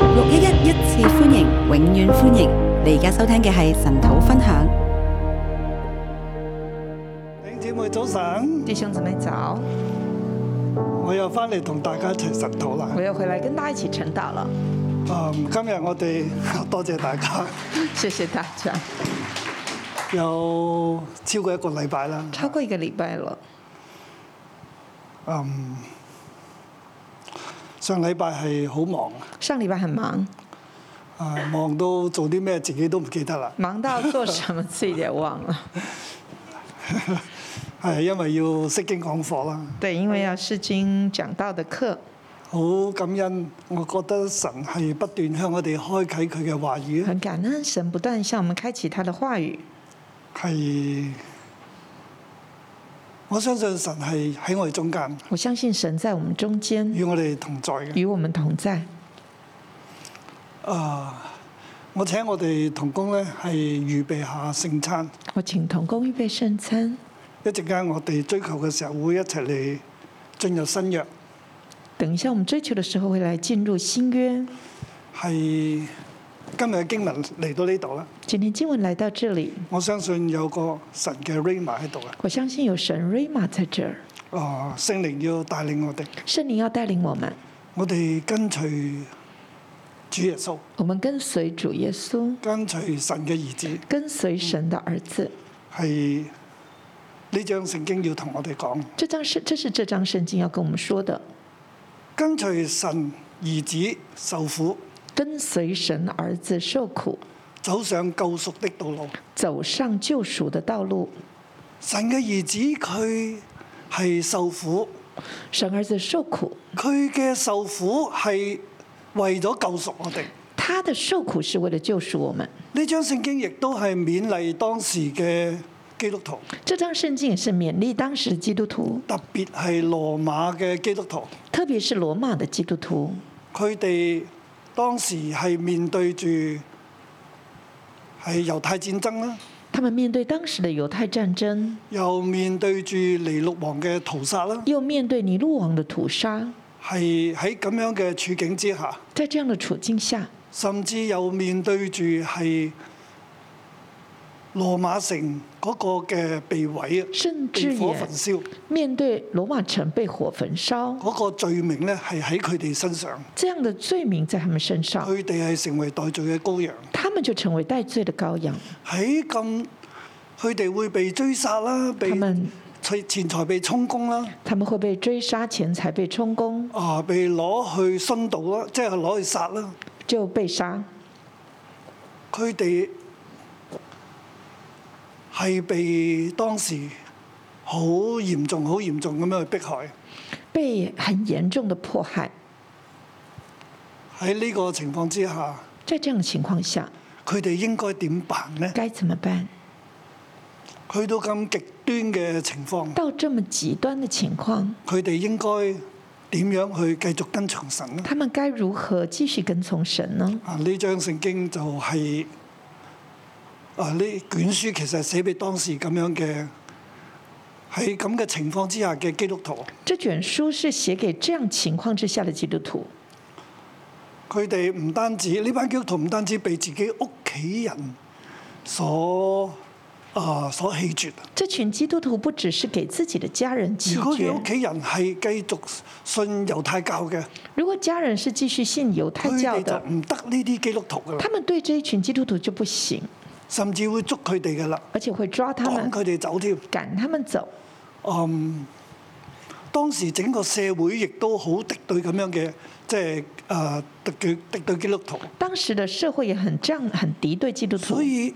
六一一一次歡迎，永遠歡迎！你而家收聽嘅係神土分享。弟兄姊妹早晨，弟兄姊妹早，我又翻嚟同大家一齊晨禱啦。我又回来跟大家一起晨祷了，嗯，今日我哋啊多謝大家，谢谢大家。有超過一個禮拜啦。超过一个礼拜了，嗯，上禮拜係好忙，上礼拜很 忙，啊、忙到做啲咩自己都唔記得啦。忙到做什么自己也忘了。係因為要釋經講課啦， 对，因为要世经讲到的课，好感恩。我覺得神係不斷向我哋開啟佢嘅話語，很感恩神不断向我们开启他的话语。係我相信神係喺我哋中間，我相信神在我们中间，與我哋同在嘅。与我们同在。啊！我請我哋童工咧係預備下聖餐，我请童工预备圣餐，一陣間我哋追求嘅時候會一齊嚟進入新約，等一下我们追求的时候会来进入新约。係今日嘅經文嚟到呢度啦。今天经文来到这里，我相信有個神嘅 rama 喺度啊！我相信有神 Rama 在这儿，啊，聖靈要帶領我哋，圣灵要带领我们，我哋跟隨主耶穌，我们跟随主耶稣。跟隨神嘅兒子，跟随神的儿子。係呢張聖經要同我哋講，这张是这是这张圣经要跟我们说的，跟隨神兒子受苦，跟随神儿子受苦，走上救贖的道路。走上救赎的道路。神嘅兒子佢係受苦，神儿子受苦，佢嘅受苦係為咗救贖我哋。他的受苦是为了救赎我们。呢張聖經亦都係勉勵當時嘅基督徒，这张圣经也是勉励当时基督徒，特別係羅馬嘅基督徒，特别是罗马的基督徒，佢哋當時係面對住係猶太戰爭啦，他们面对当时的犹太战争，又面對住尼禄王嘅屠殺啦，又面对尼禄王的屠杀，係喺咁樣嘅處境之下。在这样的处境下，甚至又面對住係羅馬城嗰個嘅被毀啊，甚至被火焚也燒面对罗马城被火焚烧嗰、個罪名咧，係喺佢哋身上，这样的罪名在他们身上。佢哋係成為代罪嘅羔羊。他们就成为戴罪的羔羊，喺咁，佢哋會被追殺啦，被他們錢錢財被充公啦，他们会被追杀，钱财被充公，啊，被攞去殉道啦，即係攞去殺啦。就被杀。佢哋係被當時好嚴重、好嚴重咁樣去迫害。被很严重的迫害。喺呢個情況之下，在这样的情况下，佢哋應該點辦呢？该怎么办？去到咁極端嘅情況，到这么极端的情况，佢哋應該點樣去繼續跟從神呢？他们该如何继续跟从神呢？啊，呢張聖經就係、啊呢卷書其實係寫俾當時咁樣嘅喺咁嘅情況之下嘅基督徒，这卷书是写给这样情况之下的基督徒。佢哋唔單止呢班基督徒唔單止被自己屋企人所啊所棄絕。这群基督徒不只是给自己的家人弃如果你绝屋，企人係繼續信猶太教嘅，如果家人是繼續信猶太佢教哋就的，唔得呢啲基督徒噶啦他，們對這一群基督徒就不行，甚至會捉佢哋噶啦，而且會抓他趕們，佢哋走添。趕他們走。嗯，當時整個社會亦都好敵對咁樣嘅，即係誒敵對敵對基督徒，当时的社会也很这样，很敌对基督徒所，以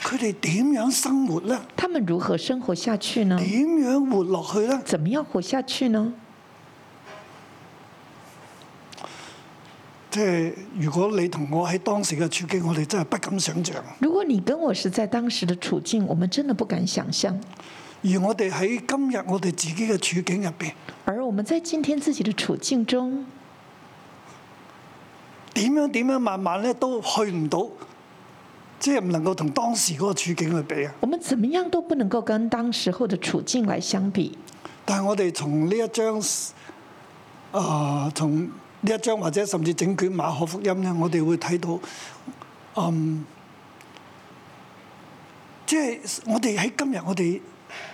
佢哋點樣生活咧？他们如何生活下去呢點？樣活落去咧？怎么样活下去呢？即係如果你同我喺當時嘅處境，我哋真係不敢想像。如果你跟我是在当时的处境，我们真的不敢想象。而我哋喺今日我哋自己嘅處境入邊，而我们在今天自己的处境中，點樣點樣慢慢咧都去唔到，即係唔能夠同當時嗰個處境去比啊！我们怎么样都不能够跟当时候的处境来相比。但係我哋從呢一章啊，從呢一章或者甚至整卷馬可福音咧，我哋會睇到，嗯，即係我哋喺今日我哋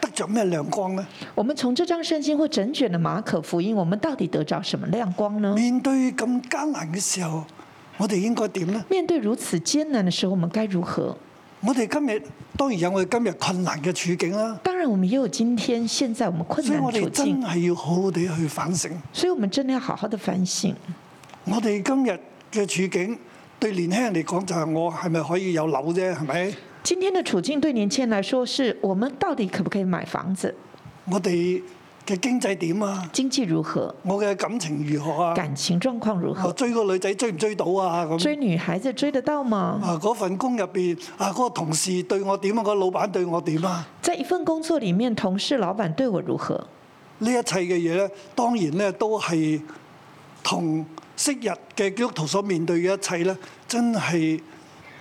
得着咩亮光咧？我们从这张圣经或整卷的马可福音，我们到底得着什么亮光呢？面對咁艱難嘅時候，我哋應該點咧？面对如此艰难的时候，我们该如何？我哋今日當然有我哋今日困難嘅處境啦，当然，我们也有今天现在我们困所以难我的哋处真境，係要好好地去反省。所以我们真的要好好的反省。我哋今日嘅處境對年輕人嚟講就係我係咪可以有樓啫？係咪？今天的处境对年轻人来说是，我们到底可不可以买房子？我哋嘅經濟點啊？经济如何？我嘅感情如何啊？感情状况如我何？追個女仔追唔追到啊？咁追女孩子追得到吗？啊，嗰份工入邊啊，嗰、個同事對我點啊？嗰、個老闆對我點啊？在一份工作里面，同事、老板对我如何？呢一切嘅嘢咧，當然咧都係同昔日嘅基督徒所面對嘅一切咧，真係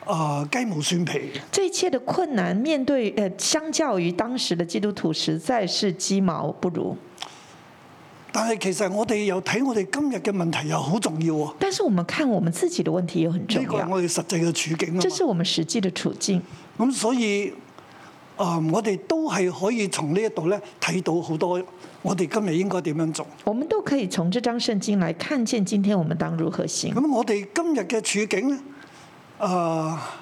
啊、雞毛蒜皮嘅。这一切的困难，面对呃，相较于当时的基督徒，实在是鸡毛不如。但係其實我哋又睇我哋今日嘅問題又好重要喎、但是我们看我们自己的问题也很重呢個係要，我哋實際嘅處境啊这是嘛。我们实际的处境。咁所以啊、我哋都係可以從呢一度咧睇到好多我哋今日應該點樣做。我们都可以从这张圣经来看见今天我们当如何行。咁我哋今日嘅處境咧，啊、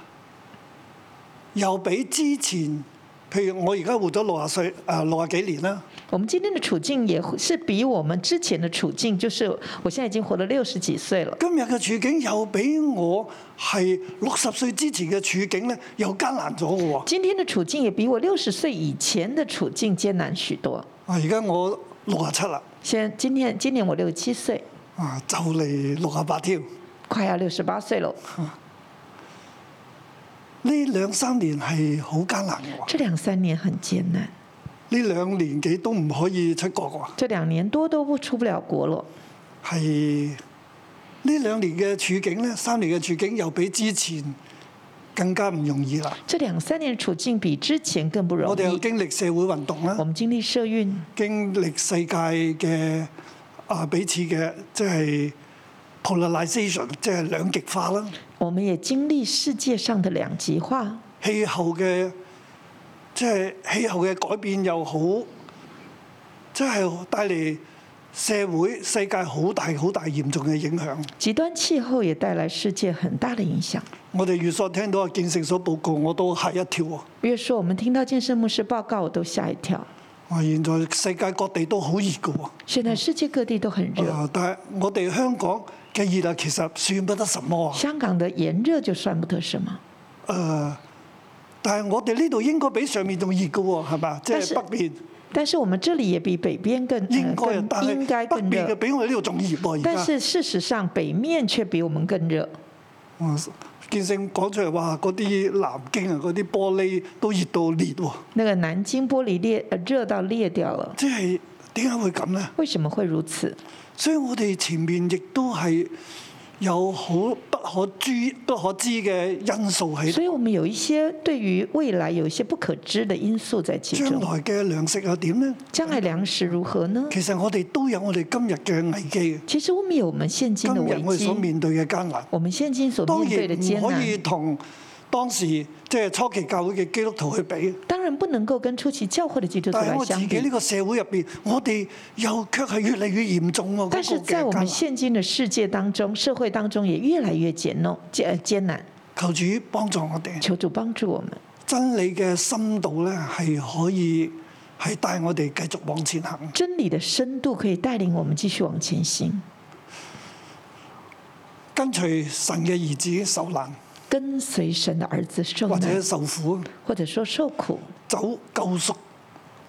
又比之前，譬如我而家活咗六十歲，啊六十幾年啦，我们今天的處境也是比我们之前的處境，就是我現在已經活了六十幾歲了。今日嘅處境又比我係六十歲之前嘅處境咧，又艱難咗嘅喎。啊，今天的處境也比我六十歲以前的處境艱難許多。啊而家我六十七啦，先，今天今年我六十七歲，啊就嚟六十八添。快要六十八歲了。呢兩三年係好艱難嘅喎，這兩三年很艱難，呢兩年幾都唔可以出國嘅喎。這兩年多都不出不了國了。係呢兩年嘅處境咧，三年嘅處境又比之前更加唔容易啦。這兩三年的處境比之前更不容我哋又易。經歷社會運動我啦，們經歷社運，經歷世界嘅啊彼此嘅即係 polarization，即係兩極化啦，我們也經歷世界上的兩極化，氣候嘅即係氣候嘅改變又好，即係帶嚟社會世界好大好大嚴重嘅影響。極端氣候也帶來世界很大的影響。我哋預所聽到嘅見證所報告，我都嚇一跳喎。越說我們聽到建設牧師報告，我都嚇一跳。啊！現在世界各地都好熱嘅喎、現在世界各地都很熱，啊但係我哋香港嘅熱啊，其實算不得什麼啊。香港的炎熱就算不得什麼，誒、但係我哋呢度應該比上面仲熱嘅喎，係嘛？即但是係北面但是我們這裡也比北邊更、應該呃啊，但更應該係北更面嘅熱。比我哋呢度仲熱但喎。而家是事實上，北面卻比我們更熱。嗯見證講出嚟，哇！嗰啲南京啊，嗰啲玻璃都熱到裂喎、那個南京玻璃裂呃熱到裂掉了，即係點解會咁呢？為什麼會如此？所以我哋前面亦都係有好不可知、不可知嘅因素喺度所，以我們有一些對於未來有一些不可知的因素在其將中。來嘅糧食又點呢？將來糧食如何呢？其實我哋都有我哋今日嘅危機嘅，其實我們有我們現今今的日我危哋所機，面對嘅艱難，我們現今所當面然對的艱唔可難。以同當時即係初期教會嘅基督徒去比。当然不能够跟初期教会的基督徒但来係我自相己呢比，個社會入邊，我哋又卻係越嚟越嚴重喎。但嗰是個嘅在我艱们難，现今的世界当中，社会当中也越来越简陋、艰呃艰难。求主幫助我哋，求主幫助我们，真理嘅深度咧係可以係帶我哋繼續往前行。真理的深度可以帶領我们繼續往前行，跟隨神嘅兒子受難跟隨神的兒子受或者難，受苦，或者說受苦，走救贖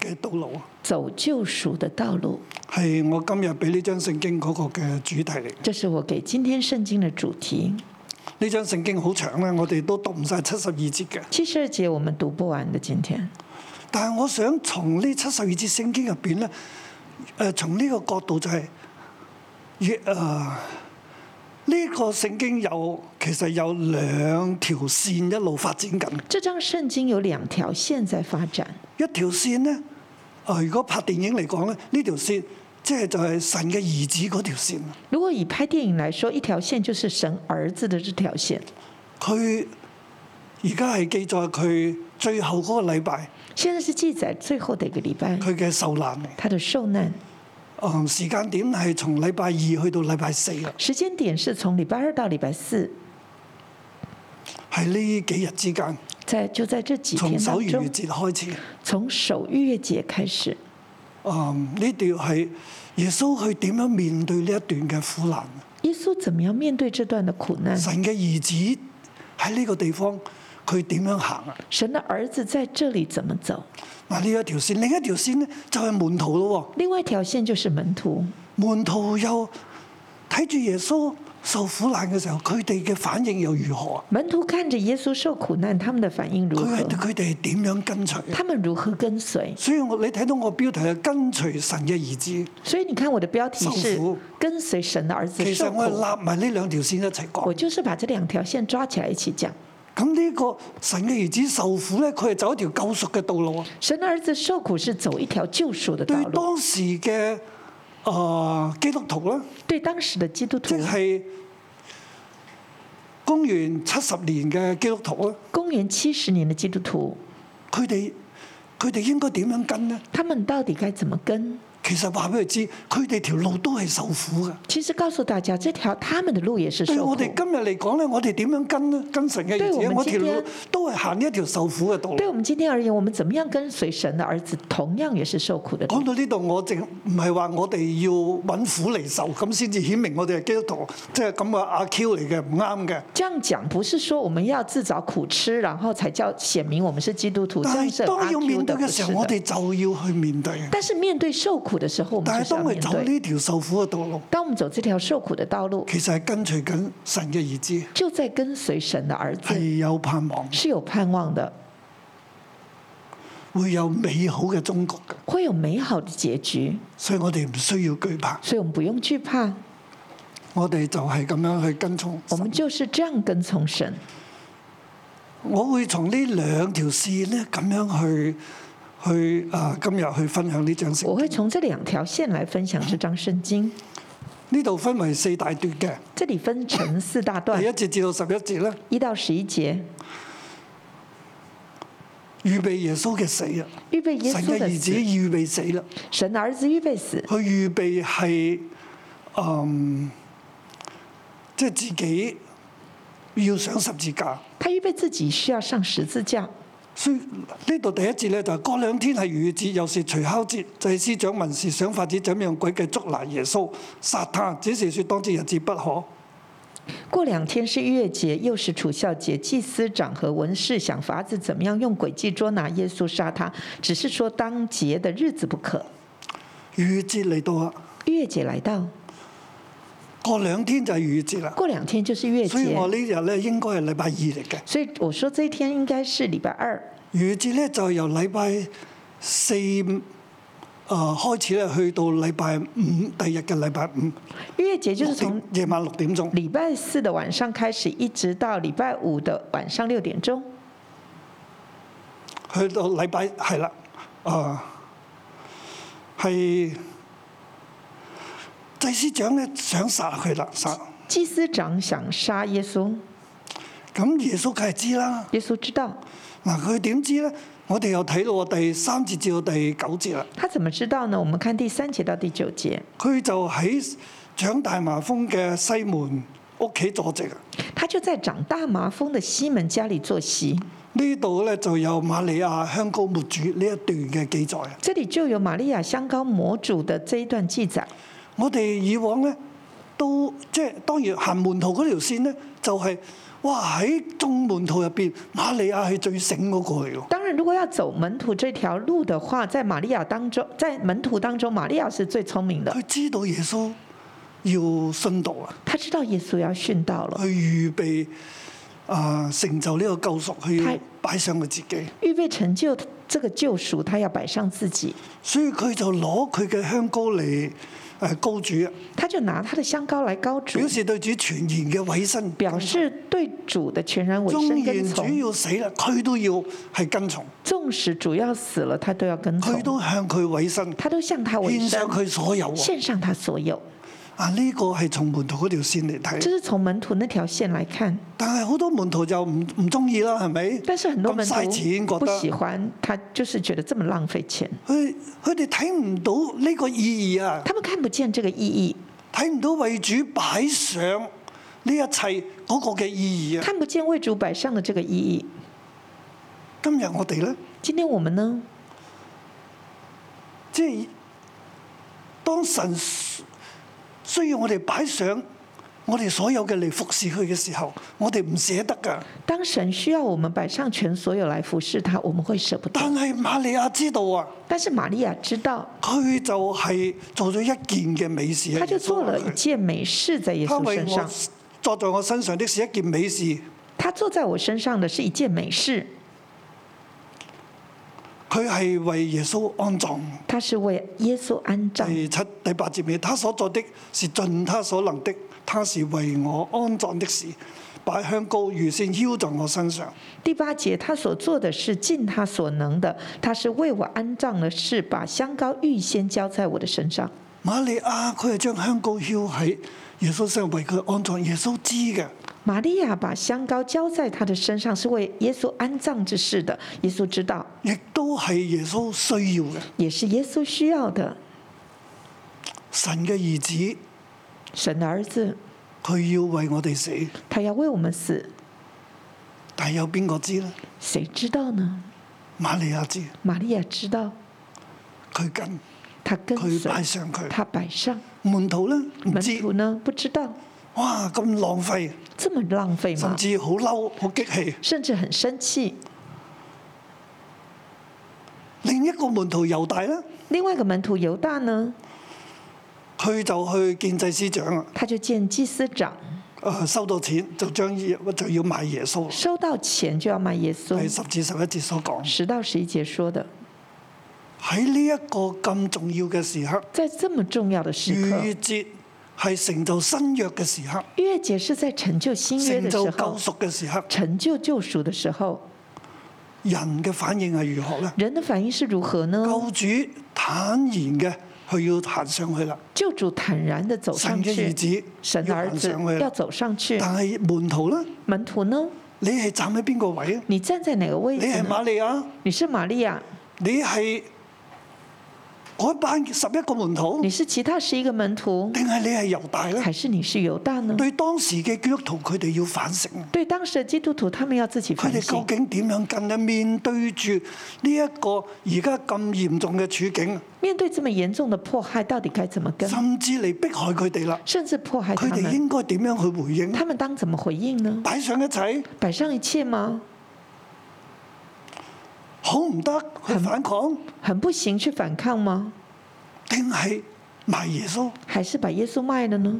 嘅道路啊，走救贖的道路。係我今日俾呢張聖經嗰個嘅主題嚟。这是我給今天聖經的主題。呢張聖經好長咧，我哋都讀唔晒七十二節嘅。七十二節我們讀不完的，今天。但係我想從呢七十二節聖經入邊咧，誒、呃、從呢個角度就係、亦誒呢個聖經有其實有兩條線一路發展緊。這張聖經有兩條線在發展，一條線咧，誒、呃、如果拍電影嚟講咧，呢條線即係就係神嘅兒子嗰條線。如果以拍电影来说，一条线就是神儿子的这条线。佢而家係記載佢最後嗰個禮拜现在是记载最后的一个礼拜，佢嘅受難嚟。他的受难嗯，時間點係從禮拜二去到禮拜四啦，时间点是从礼拜二到礼拜四，係呢幾日之間，在就在这几從天守当逾越中，節開始。从守逾越节开始，嗯，呢段係耶穌去點樣面對呢一段嘅苦難。耶稣怎么样面对这段的苦难？神嘅兒子喺呢個地方，佢點樣行啊？神的儿子在这里怎么走？嗱，呢一條線，另一條線呢，就係門徒咯另外一条线就是门徒，喎。門徒又睇住耶穌受苦難嘅時候，佢哋嘅反應又如何啊？门徒看着耶稣受苦难，他们的反应如佢係何？佢哋係點樣跟隨啊？他们如何跟随？所以我你睇到我標題係跟隨神嘅兒子，所以你看我的标题是受苦“跟随神的儿子其受實苦我係立埋呢兩條線一齊”，講。我就是把这两条线抓起来一起讲。咁呢個神嘅兒子受苦咧，佢係走一條救贖嘅道路啊！神的儿子受苦是走一条救赎的道對路，當時嘅呃、基督徒啦，对当时的基督徒即，係公元七十年嘅基督徒啦，公元七十年的基督徒，佢哋佢哋應該點樣跟呢？他们到底该怎么跟？其實話俾佢知，佢哋條路都係受苦嘅。其实告诉大家，这条他们的路也是對受苦哎我。哋今日嚟講咧，我哋點樣跟呢？跟神嘅兒對我子，們我條今天路都係行呢一條受苦嘅道路。对我们今天而言，我们怎么样跟随神的儿子，同样也是受苦的路。講到呢度，我淨唔係話我哋要揾苦嚟受，咁先至顯明我哋係基督徒，即係咁嘅阿 Q 嚟嘅，唔啱嘅。这样讲不是说我们要自找苦吃，然后才叫显明我们是基督徒，这但样是係很阿當要 Q 面對的不嘅是時候，我的。哋就要去面對。但是面对受苦的时候，我们但係就是要當我哋面走对。呢條受苦嘅道路，当我们走这条受苦的道路，其實係跟隨緊神嘅兒子，就在跟随神的儿子，係有盼望，是有盼望的，會有美好嘅中國嘅，会有美好的结局，所以我哋唔需要懼怕，所以我们不用惧怕，我哋就係咁樣去跟從我们神。就是这样跟从神。我會從呢兩條線咧咁樣去去啊、今日去分享呢張我聖会經。从这两条线来分享这张圣经，呢度分為四大段嘅。这里分成四大段第一，節至到十一節咧，一到十一节，預備耶穌嘅死啊！预备耶神稣嘅的兒子死，預備死啦，神的儿子预备死，佢預備係嗯，即係自己要上十字架。他预备自己需要上十字架。所以呢度第一節咧就係嗰兩天係逾越節，又是除酵節，祭司長文士想法子怎樣鬼計捉拿耶穌，殺他，只是說當知日子不可。过两天是逾越节，又是除孝节，祭司长和文士想法子怎么样用诡计捉拿耶稣杀他，只是说当节的日子不可。逾越節嚟到啊，逾越节来到，過兩天就係逾越節啦。过两天就是逾越所以节我，呢日咧應該係禮拜二嚟嘅。所以我说这一天应该是礼拜二。逾節咧就由禮拜四誒、呃、開始咧，去到禮拜五，第二日嘅禮拜五，逾越节就是从六點夜晚六點鐘。礼拜四的晚上开始，一直到礼拜五的晚上六点钟，去到禮拜係啦，啊係、祭司長咧想殺佢啦，殺祭司长想杀耶稣，咁耶穌梗係知啦。耶稣知道，嗱佢點知咧？我哋又睇到喎第三節至到第九節啦，他怎么知道呢？我们看第三节到第九节，佢就喺長大麻風嘅西門屋企坐席啊。他就在长大麻风的西门家里坐席。呢度咧就有瑪利亞香膏抹主呢一段嘅記載。啊这里就有玛利亚香膏魔主的这一段记载。我哋以往咧都即係當然行門徒嗰條線咧，就係、哇喺眾門徒入邊，瑪利亞係最醒嗰個嚟喎。当然，如果要走门徒这条路的话，在玛利亚当中，在门徒当中，玛利亚是最聪明的。佢知道耶穌要殉道啊，他知道耶稣要殉道了，去預備啊、成就呢個救贖，佢係要擺上佢自己，预备成就这个救赎，他要摆上自己，所以佢就攞佢嘅香膏嚟誒膏主啊，他就拿他的香膏来膏主表，示對主全然嘅委身，表示对主的全然委身縱跟然主从，要死啦，佢都要係跟從，纵使主要死了，他都要跟佢从，都向佢委身，他都向他委獻身上，佢所有喎。献上他所有。啊，呢、個係從門徒嗰條線嚟这睇，是从门徒那条线来看，但係好多門徒就唔唔中意啦，係咪？但是很多咁门徒嘥錢，覺不喜得欢，他就是觉得这么浪费钱，佢佢哋睇唔到呢個意義啊，他们看不见这个意义，睇唔到為主擺上呢一切嗰個嘅意義啊。看不见为主摆上的这个意义。今日我哋咧，今天我们呢，即係當神需要我哋擺上我哋所有嘅嚟服侍佢嘅時候，我哋唔捨得㗎。当神需要我们摆上全所有来服侍他，我们会舍不得。但係瑪利亞知道啊，但是玛利亚知道，佢就係做咗一件嘅美事喺她就耶穌做了嗰度一件美事在耶他稣為身我上。作在我身上的是一件美事，她做在我身上的是一件美事，佢係為耶穌安葬。她是为耶稣安葬。第七、第八節尾，他所作的是盡他所能的，他是為我安葬的事，把香膏預先澆在我身上。第八节，他所做的是尽他所能的，他是为我安葬的事，把香膏预先浇在我的身上。瑪利亞佢係將香膏澆喺耶穌身上為佢安葬，耶穌知嘅。玛利亚把香膏浇在他的身上，是为耶稣安葬之事的。耶稣知道，亦都係耶穌需要嘅，也是耶稣需要的。神嘅兒子，神的儿子，佢要為我哋死，他要为我们死，但係有邊個知呢？谁知道呢？瑪利亞知，玛利亚知道，佢跟，他跟佢随，擺上佢。他摆上。門徒呢？唔门知，徒啊呢不知道，哇咁浪費，这么浪费甚吗？至好嬲，好激氣。甚至很生气。另一個門徒猶大呢，另外一个门徒犹大呢，佢就去見祭司長啊，他就见祭司长誒、收到錢就將耶就要賣耶穌啦。收到钱就要卖耶係稣。十至十一節所講，十到十一节说的，喺呢一個咁重要嘅時刻。在这么重要的时刻，逾節係成就新約嘅時刻，逾越节是在成就新约成的就时救候，贖嘅時刻，成就救赎的时候，人嘅反應係如何呢？人的反应是如何呢？救主坦然嘅，佢要行上去啦。救主坦然的走上神嘅兒去，子神的要儿行子上去要啦。走上去。但係門徒呢？门徒呢？你係站喺邊個位啊？你站在哪个位你置係呢？瑪利亞，你是玛利亚，你係嗰班十一個門徒你，是其他十一个门徒，定係你係猶大呢？还是你是犹大呢？對當時嘅基督徒，佢哋要反省。对当时的基督徒，他们要自己佢反哋究省。竟點樣跟咧？面對住呢一個而家咁嚴重嘅處境，面对这么严重的迫害，到底该怎么跟？甚至嚟迫害佢哋啦。甚至迫害他佢哋们，應該點樣去回應？他们当怎么回应呢？擺上一齊，摆上一切吗？好唔得，去嗯反抗，很不行去反抗吗？定係賣耶穌？还是把耶稣卖了呢？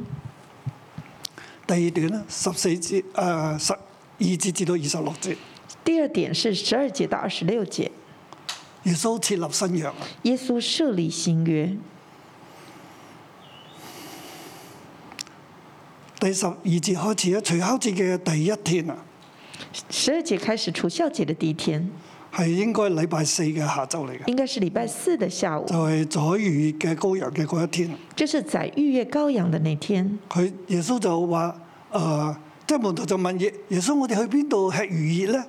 第二段咧，十四節誒十二節至到二十六節，第二点是十二节到二十六节，耶穌設立新約。耶稣设立新约。第十二節開始咧，啊除酵節嘅第一天啊，十二节开始除孝节的第一天，係應該禮拜四嘅下晝嚟嘅，应该是礼拜四的下午就，係宰逾嘅羔羊嘅嗰一天。啊就是宰逾越羔羊的那天。佢耶穌就話誒、即係門徒就問耶耶穌：我哋去邊度吃逾越咧？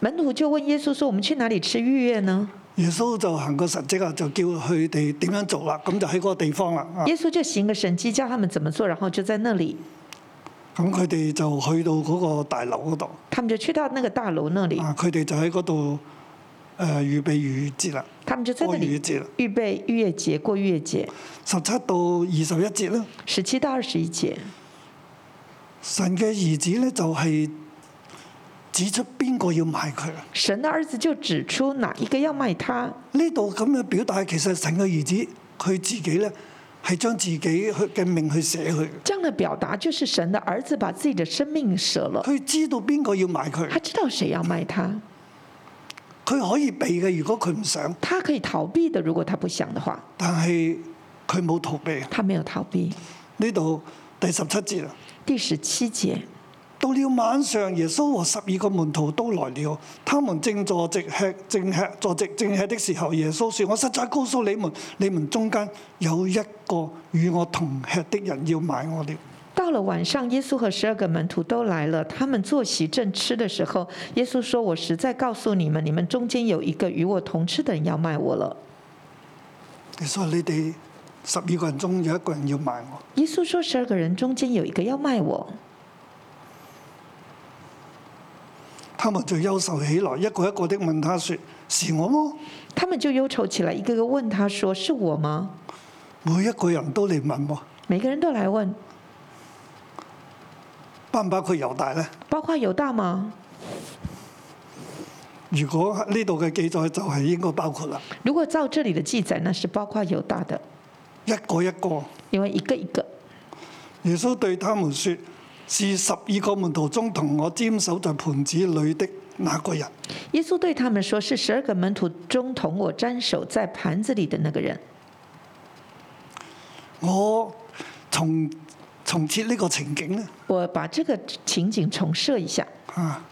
门徒就问耶稣说：“我们去哪里吃逾越呢耶穌就行個神蹟啊，就叫佢哋點樣做啦，咁就喺嗰個地方啦。啊？”耶穌就行个神迹，教他们怎么做，然后就在那里，咁佢哋就去到嗰個大樓嗰度，他们就去到那个大楼那里，啊，佢哋就喺嗰度誒預備逾節啦，他们就在過那逾里節啦。预备逾越节过逾越节。十七到二十一節咧，十七到二十一节，神嘅兒子咧就係、指出邊個要賣佢啊？神的儿子就指出哪一个要卖他。呢度咁嘅表達，其實神嘅兒子佢自己咧係將自己去嘅命去捨去，这样的表达就是神的儿子把自己的生命舍了，佢知道邊個要賣佢，他知道谁要卖他，佢可以避嘅，如果佢唔想，他可以逃避的，如果他不想的话，但係佢冇逃避。他没有逃避。呢度第十七節啊。第十七节，到了晚上，耶穌和十二個門徒都來了，他們正坐席吃，正吃坐席正吃的時候，耶穌說：我實在告訴你們，你們中間有一個與我同吃的人要賣我了。到了晚上，耶稣和十二个门徒都来了。他们坐席正吃的时候，耶稣说：“我实在告诉你们，你们中间有一个与我同吃的人要卖我了。耶穌話：你哋十二個人中有一個人要賣我。”耶稣说：“十二个人中间有一个要卖我。他們就憂愁起來，一個一個的問他說：是我麼？”他们就忧愁起来，一个个问他说：“是我吗每一個人都嚟問喎，？”每个人都来问，包唔包括猶大呢？包括犹大吗？如果呢度嘅記載就係應該包括啦，如果照这里的记载，那是包括犹大的，一個一個。因为一个一个。耶穌對他們說：是十二個門徒中同我沾手在盤子裏的那個人。耶稣对他们说：“是十二个门徒中同我沾手在盘子里的那个人。”我重重設呢個情景呢，我把这个情景重设一下，啊，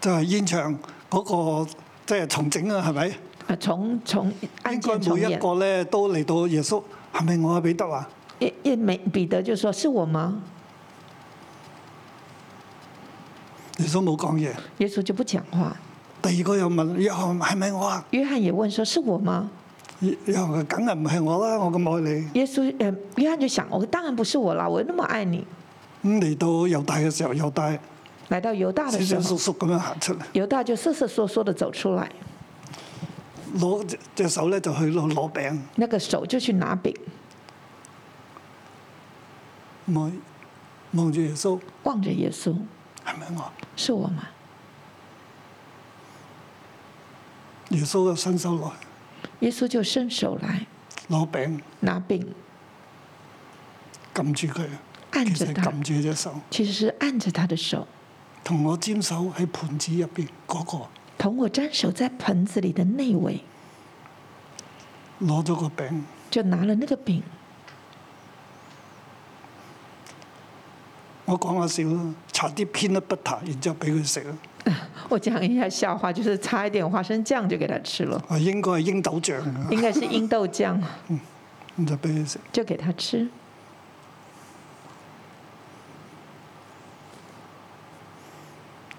就係、現場嗰、個即係重整啊，係咪？啊，重重案應該件重每一演。個咧都嚟到耶穌，係咪我啊彼得啊？也也没彼得就说：“是我吗耶穌冇講嘢。？”耶稣就不讲话。第二個又問約翰係咪我啊？约翰也问说：“是我吗約約翰話梗係唔係我啦，我咁愛你。？”耶稣，呃，约翰就想：“我当然不是我啦，我那么爱你。咁嚟到猶大嘅時候，猶大”来到犹大的閃时閃候縮，縮咁樣行出嚟，犹大就瑟瑟缩缩的走出来，攞隻隻手咧就去攞攞餅。那个手就去拿饼，望啊望住耶穌，望着耶稣係咪我？：“是我吗耶穌嘅伸手來？”耶稣就伸手来攞餅拿饼，撳住佢，按其着實他撳，住隻手，其实是按着他的手，同我沾手喺盤子入邊嗰個同我沾手在盆子里的那位，攞咗個餅，就拿了那个饼。我講下笑啦，搽啲 peanut butter，然之後俾佢食啦。我讲一下笑话，就是擦一点花生酱就给他吃了，啊，應該係鷹豆醬啊，应该是鹰豆酱，咁就俾佢食。就给他吃。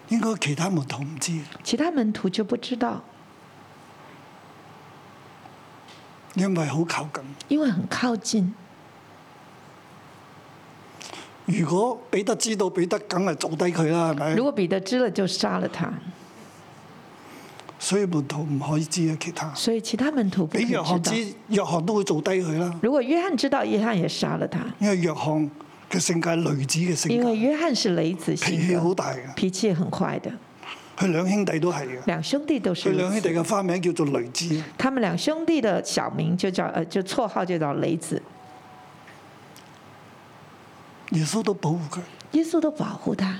應該其他門徒唔知，其他门徒就不知道，因為好靠近。因为很靠近。如果彼得知道，彼得梗係做低佢啦，係如咪？果彼得知了，就杀了他。所以門徒唔可以知啊，其他。所以其他门徒不俾可以約知翰道。知，約翰都會做低佢啦。如果约翰知道，约翰也杀了他，因為約翰嘅性格係雷子嘅性因格，为约翰是雷子脾性氣好格，大嘅。脾气很坏的。佢兩兄弟都係嘅，两兄弟都是佢如兩兄弟此。嘅花名叫做雷子。他们两兄弟的小名就叫呃，就绰号就叫雷子。耶穌都保護佢。耶稣都保护他。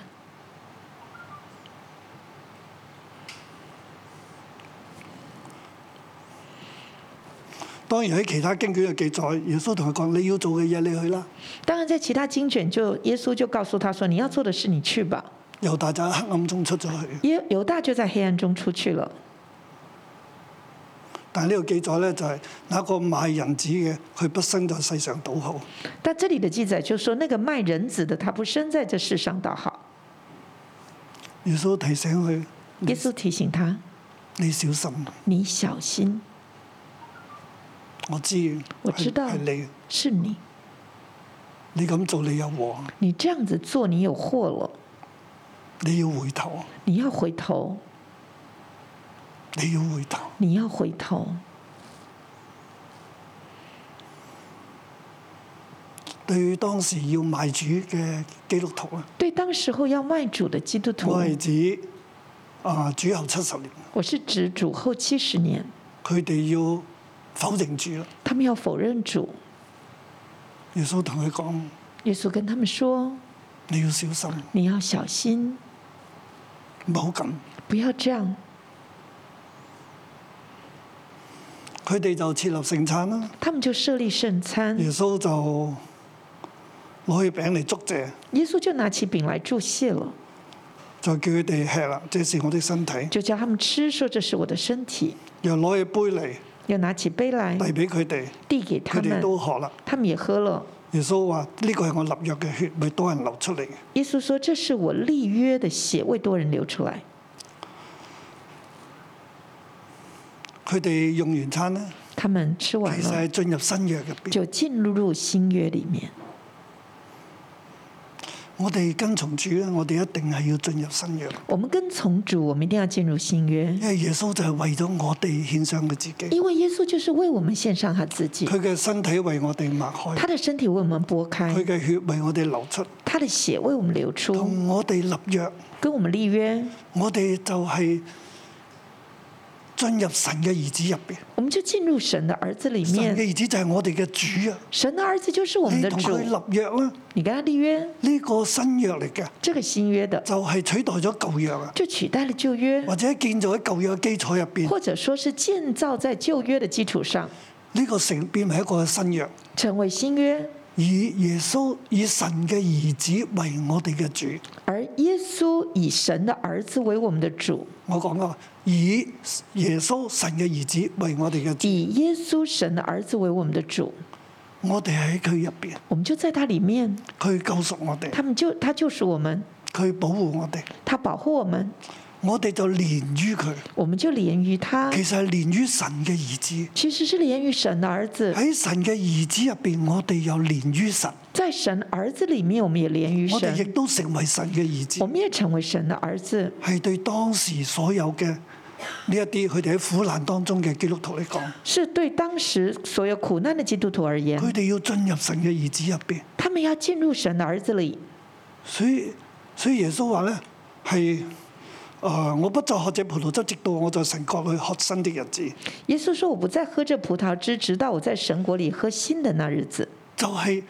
當然喺其他經卷嘅記載，耶穌同佢講：你要做嘅嘢你去啦。当然，在其他经卷就耶稣就告诉他说：“你要做的事，你去吧。”猶大就喺黑暗中出咗去。耶犹大就在黑暗中出去了。但係呢個記載呢，就係、那個賣人子嘅，佢不生在世上倒好。但这里的记载就说，那个卖人子的他不生在这世上倒好。耶穌提醒佢：耶稣提醒他你小心，：“你小心，我知，我知道係你，是你，你咁做你有禍，你这样子做，你有祸了，你要回啊頭，你要回头，你要回頭。你要回头。對當時要賣主嘅基督徒咧，”啊对当时候要卖主的基督徒，我係指啊主後七十年，我是指主后七十年，佢哋要否認主啦。他们要否认主。耶穌同佢講：耶稣跟他们说你要小心，：“你要小心，唔好咁。不要这样。佢哋就設立聖餐啦。”他们就设立圣餐，耶穌就攞起餅嚟祝謝，耶稣就拿起饼来祝谢了，就叫佢哋吃啦。這是我的身體。就叫他们吃，说这是我的身体。又攞起杯又拿起杯来嚟遞俾佢哋，递给佢他哋们，都喝啦。他们也喝了。耶穌話：呢個係我立約嘅血，為多人流出嚟嘅。耶稣说：“这是我立约的血，为多人流出来。佢哋用完餐咧，”他们吃完其實了，係進入新約入邊。就进入新约里面。我哋跟從主咧，我哋一定係要進入新約，我们跟从主，我们一定要进入新约，因為耶穌就係為咗我哋獻上佢自己，因为耶稣就是為我们獻上他自己，佢嘅身體為我哋擘開他，的身体为我们拨开佢，嘅血為我哋流出，他的血为我们流出，同我哋立約。跟我们立约，我哋就係進入神嘅兒子入邊，我们就进入神的儿子里神嘅面。兒子就係我哋嘅主啊！神的儿子就是我们你的同主佢，立約啦，你跟他立约，呢、個新約嚟嘅，这个新约的就係、取代咗舊約啊，就取代了旧约，或者建造喺舊約嘅基礎入邊，呢、或者说是建造在旧约的基础上，個成變為一個新約，成为新约。以耶穌以神嘅兒子為我哋嘅主。而耶稣以神的儿子为我们的主，我講過，以耶穌神嘅兒子為我哋嘅主，以耶稣神的儿子为我们的主，我哋喺佢入邊，我们就在他里面，佢救贖我哋，他们就他就是我们，佢保護我哋，他保护我们，我哋就連於佢。我们就连于他，其實係連於神嘅兒子。其实是连于神的儿子，喺神嘅兒子入邊，我哋又連於神，在神儿子里面，我们也连于我哋亦神，都成為神嘅兒子我。们也成为神的儿子。係對當時所有嘅呢一啲佢哋喺苦難當中嘅基督徒嚟講，是对当时所有苦难的基督徒而言，佢哋要進入神嘅兒子入邊。他们要进入神的儿子里。所以所以耶穌話咧係。誒、我不再喝這葡萄汁，直到我在神國裏喝新的日子，耶稣说：“我不再喝这葡萄汁，直到我在神国里喝新的那日子。就係、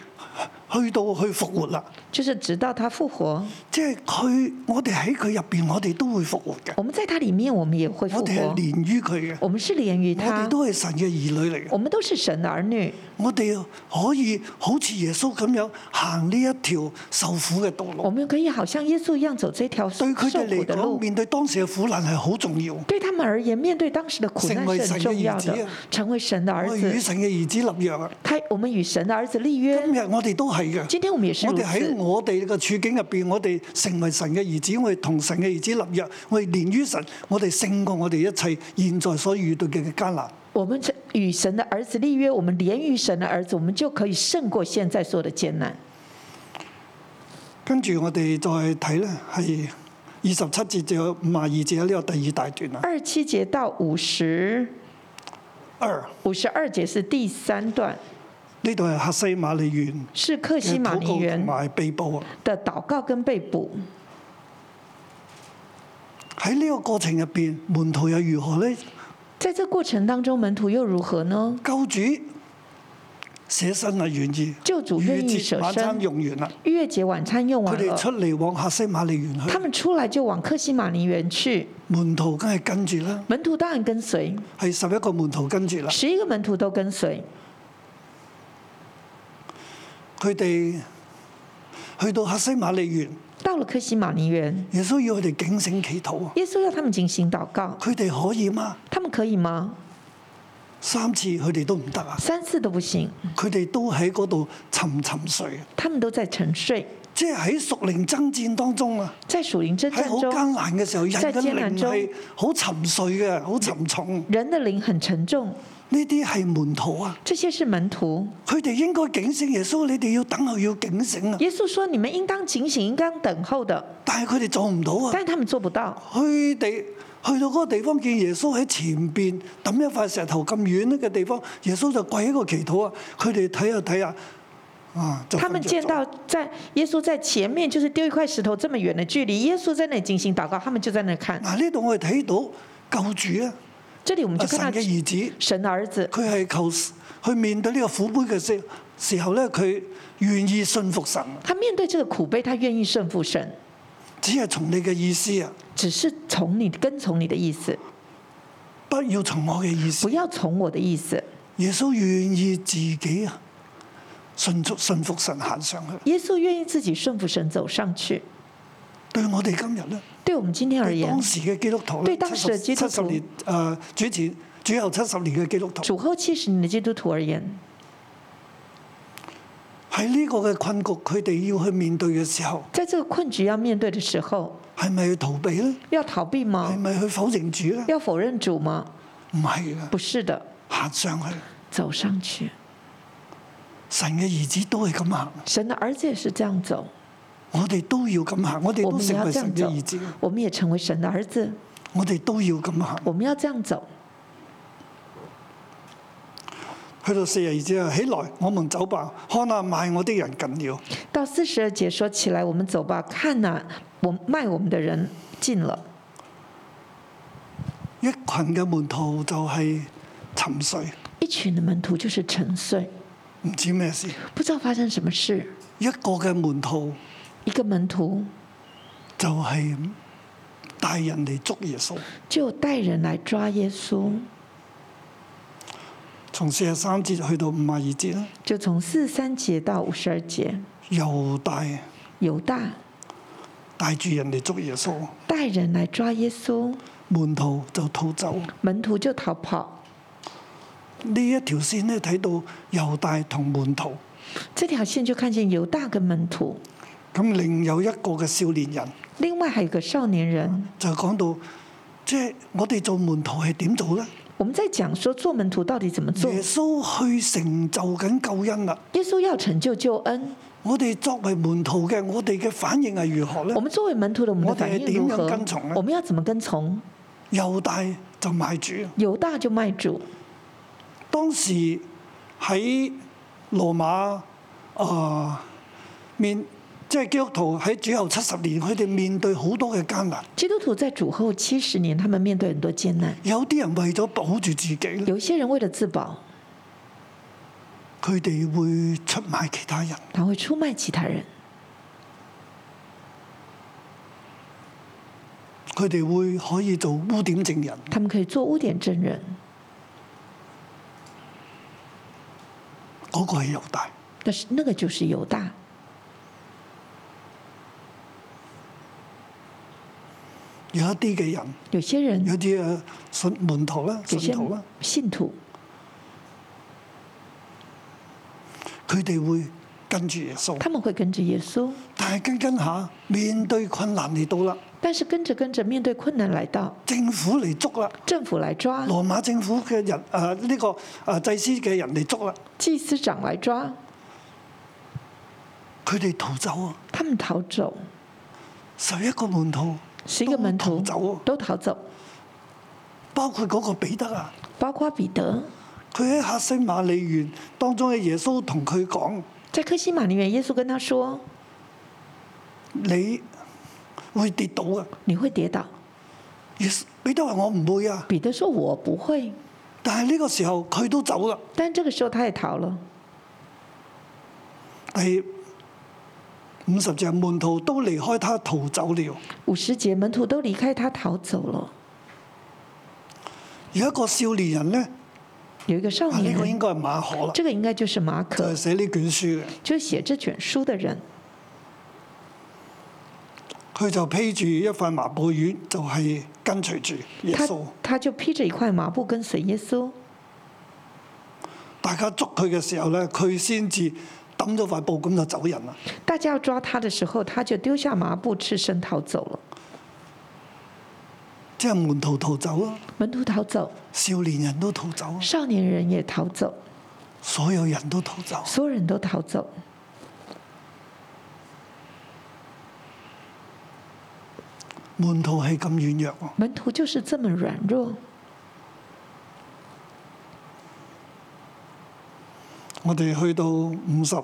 去到去復活啦。”就是直到他复活，即係佢，我哋喺佢入邊，我哋都會復活嘅。我们在他里面，我们也会复我哋係活。連於佢嘅，我们是连于我哋他，都係神嘅兒女嚟嘅。我们都是神的儿女，我哋可以好似耶穌咁樣行呢一條受苦嘅道我路，们可以好像耶稣一样走这条受對佢哋苦嚟的講，路。面對當時嘅苦難係好重要。对他们而言，面对当时的苦难成为是神很的重要儿子的啊。成为神的我儿係與子，神嘅兒子立約啊！他我们与神的儿子立约今。日我哋都係嘅。今天我们也是我如哋喺此。我哋嘅處境入邊，我哋成為神嘅兒子，我哋同神嘅兒子立約，我哋連於神，我哋勝過我哋一切現在所遇到嘅艱難。我们这与神的儿子立约，我们连于神的儿子，我们就可以胜过现在所有的艰难。跟住我哋再睇咧，係二十七節至五廿二節啊呢個第二大段啦。二七节到五十二五十二节是第三段，呢度係客西馬利園是克西嘅马禱尼告同园埋被捕啊！的祷告跟被捕。喺呢個過程入邊，門徒又如何呢？在这过程当中，门徒又如何呢？救主捨身啊，願意。救主願意逾捨節身晚餐用完啦，逾越节晚餐用佢完哋了，出嚟往客西馬利園他去，们出来就往克西马尼园去，門徒梗係跟住啦，门徒当然跟随，係十一個門徒跟住啦。十一个门徒都跟随。佢哋去到客西馬利園，到了克西马尼园，耶穌要佢哋警醒祈禱啊！耶稣要他们进行祷告，佢哋可以嗎？他们可以吗？三次佢哋都唔得啊！三次都不行，佢哋都喺嗰度沉沉睡，他们都在沉睡，即係喺屬靈爭戰當中啊！在属灵征喺战好中，艱難嘅時候，人在嘅艱難靈中係好沉睡嘅，好沉重。人的灵很沉重。呢啲係門徒啊，这些是门徒。佢哋應該警醒耶穌，你哋要等候，要警醒啊！耶稣说：“你们应当警醒，应当等候的。但係佢哋做唔到”啊！但他们做不到。佢哋去到嗰個地方，見耶穌喺前邊抌一塊石頭咁遠嘅地方，耶穌就跪喺個祈禱啊！佢哋睇下睇下，啊，就他瞓们着见咗到在耶稣在前面，就是丢一块石头这么远的距离，耶稣在那里进行祷告，他们就在那里看。嗱，呢度我哋睇到救主啊，这里我们啊就神看到嘅兒子。神的儿子，佢係求去面對呢個苦杯嘅時時候咧，佢願意信服神，他面对这个苦悲，他愿意顺服神，只係從你嘅意思啊，只是从你跟从你的意思，不要從我嘅意不思。要从我的意思。耶穌願意自己啊信足信服神行上去。耶稣愿意自己顺服神走上去。對我哋今日咧，对我们今天而對言當，時嘅基督徒咧，對當時嘅基督徒七十年誒、呃主前主後七十年嘅基督徒，主后七十年的基督徒而言，喺呢個嘅困局，佢哋要去面對嘅時候，在这个困局要面对的时候，係咪去逃避咧？要逃避係吗？咪去否認主咧？要否认主吗？唔係嘅，不是的，行上去，走上去。神嘅兒子都係咁行，神的儿子也是这样走，我哋都要咁行，我哋我都们也成要為这样神嘅走兒子，，我们也成为神的儿子，我哋都要咁行。我们要这样走。去到四十二節啊，起來，我們走吧，看啊，賣我的人近了。到四十二节说起来，我们走吧，看呐、我卖我们的人进了，一群嘅門徒就係沉睡，一群的门徒就是沉睡，唔知咩事。不知道发生什么事。一個嘅門徒一个门徒就係帶人嚟捉耶穌。就带人来抓耶稣，從四十三節去到五十二節啦，就从四十三节到五十二节，又帶犹大帶住人嚟捉耶穌，带人来抓耶稣，門徒就逃走。门徒就逃跑。呢一條線咧睇到猶大同門徒，这条线就看见犹大跟门徒，咁另有一個嘅少年人另外还有个少年人。就講到，即係我哋做門徒係點做呢？我们在讲说做门徒到底怎么做？耶穌去成就緊救恩啦。耶稣要成就救恩，我哋作為門徒嘅，我哋嘅反應係如何呢我？们作为门徒的，我们的反应如我哋何係點樣跟從呢？我们要怎么跟从？猶大就賣主，犹大就卖主，當時喺羅馬啊、呃面，即係基督徒喺主後七十年，佢哋面對好多嘅艱難。基督徒在主后七十年，他们面对很多艰难。有啲人為咗保住自己，佢有一些人为了自保，哋會出賣其他人。他会出卖其他人，佢哋會可以做污點證人，他们可以做污点证人。嗰、個係猶大。但是那个就是犹大，有一啲嘅人，有些人有，啲誒信門徒啦、信有些徒啊啦，信徒，佢哋會跟住耶穌，他们会跟着耶稣，但係跟跟下面對困難嚟到啦，但是跟着跟着，面对困难来到，政府嚟捉啦，政府来抓，羅馬政府嘅人誒呢、個誒祭司嘅人嚟捉啦，祭司长来抓，佢哋逃走啊！他们逃走，十一個門徒，十一个门徒都逃走啊都逃走，包括嗰個彼得啊，包括彼得。佢喺客西馬利園當中嘅耶穌同佢講：在科西玛尼园，耶稣跟他说你會跌倒啊！：“你会跌倒。耶穌彼得話：我唔會啊！”彼得说：“我不会。但係呢個時候佢都走啦。”但这个时候他也逃了。第五十隻門徒都離開他逃走了。五十节门徒都离开他逃走了。有一個少年人呢，有一个少啊呢、年個應人，該係馬可啦，这个应该就是马就可係，寫呢卷書嘅。就是写这卷书的人，佢就披住一塊麻布院，就係、跟隨住耶他穌。他就披着一块麻布跟随耶稣。大家捉佢嘅時候呢，佢先至抌咗塊布咁就走人啦。大家要抓他的时候，他就丢下麻布，赤身逃走了。即係門徒逃走啦，门徒逃走，少年人都逃走，啊少年人也逃走，所有人都逃走。所有人都逃走。門徒係咁軟弱喎，门徒就是这么软弱。我哋去到五十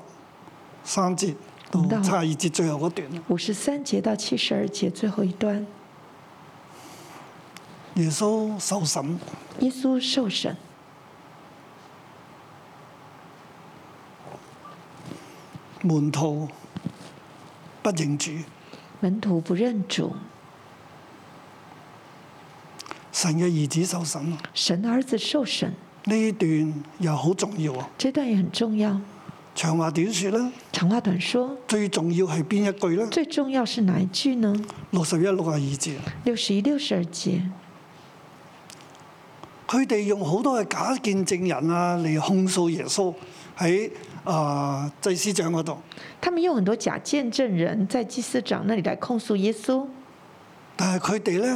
三節到唔得七十二節最後嗰段，五十三节到七十二节最后一段，耶穌受審，耶稣受审，門徒不認主，门徒不认主，神嘅兒子受審。神的儿子受审，呢段又好重要喎。这段也很重要。長話短説啦，长话短说，最重要係邊一句咧？最重要是哪一句呢？六十一、六十二節，六十一、六十二节，佢哋用好多嘅假見證人啊嚟控訴耶穌喺啊、祭司長嗰度，他们用很多假见证人在祭司长那里来控诉耶稣，但係佢哋咧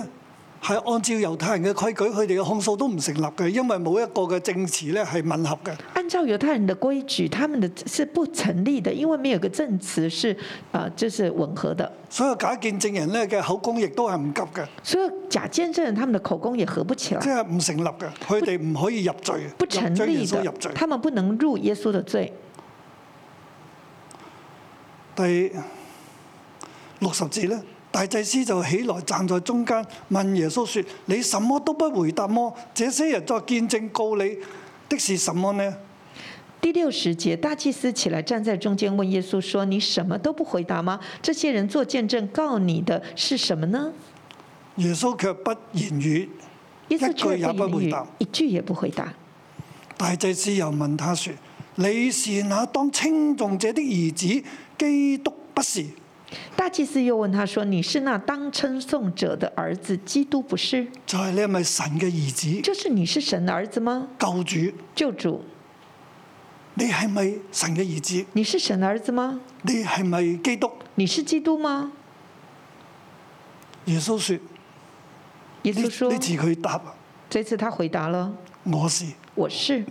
係按照猶太人嘅規矩，佢哋嘅控訴都唔成立嘅，因為冇一個嘅證詞咧係吻合嘅。按照犹太人的规矩，他们的是不成立的，因为没有个证词是呃，就是吻合的。所有假見證人咧嘅口供亦都係唔急嘅，所以假见证人他们的口供也合不起即来，係唔成立嘅，佢哋唔可以入罪不嘅，成入將耶立穌的入罪，。他们不能入耶稣的罪。第六十節咧，大祭司就起來站在中間，問耶穌說：你什麼都不回答麼？這些人作見證告你的是什麼呢？第六十节，大祭司起来站在中间，问耶稣说：“你什么都不回答吗？这些人做见证告你的是什么呢耶穌卻不言語。？”耶稣一句却也不不回言语答，一句也不回答。大祭司又問他說：你是那當稱重者的兒子基督不是？大祭司又问他说：“你是那当称颂者的儿子基督不是？就係、你係咪神嘅兒子就是你是神的儿子吗？救主？救主，你係咪神嘅兒子？你是神的儿子吗？你係咪基督？你是基督吗？”耶穌說：耶呢稣呢说：“次佢答啊这次他回答了我是。：‘我是。’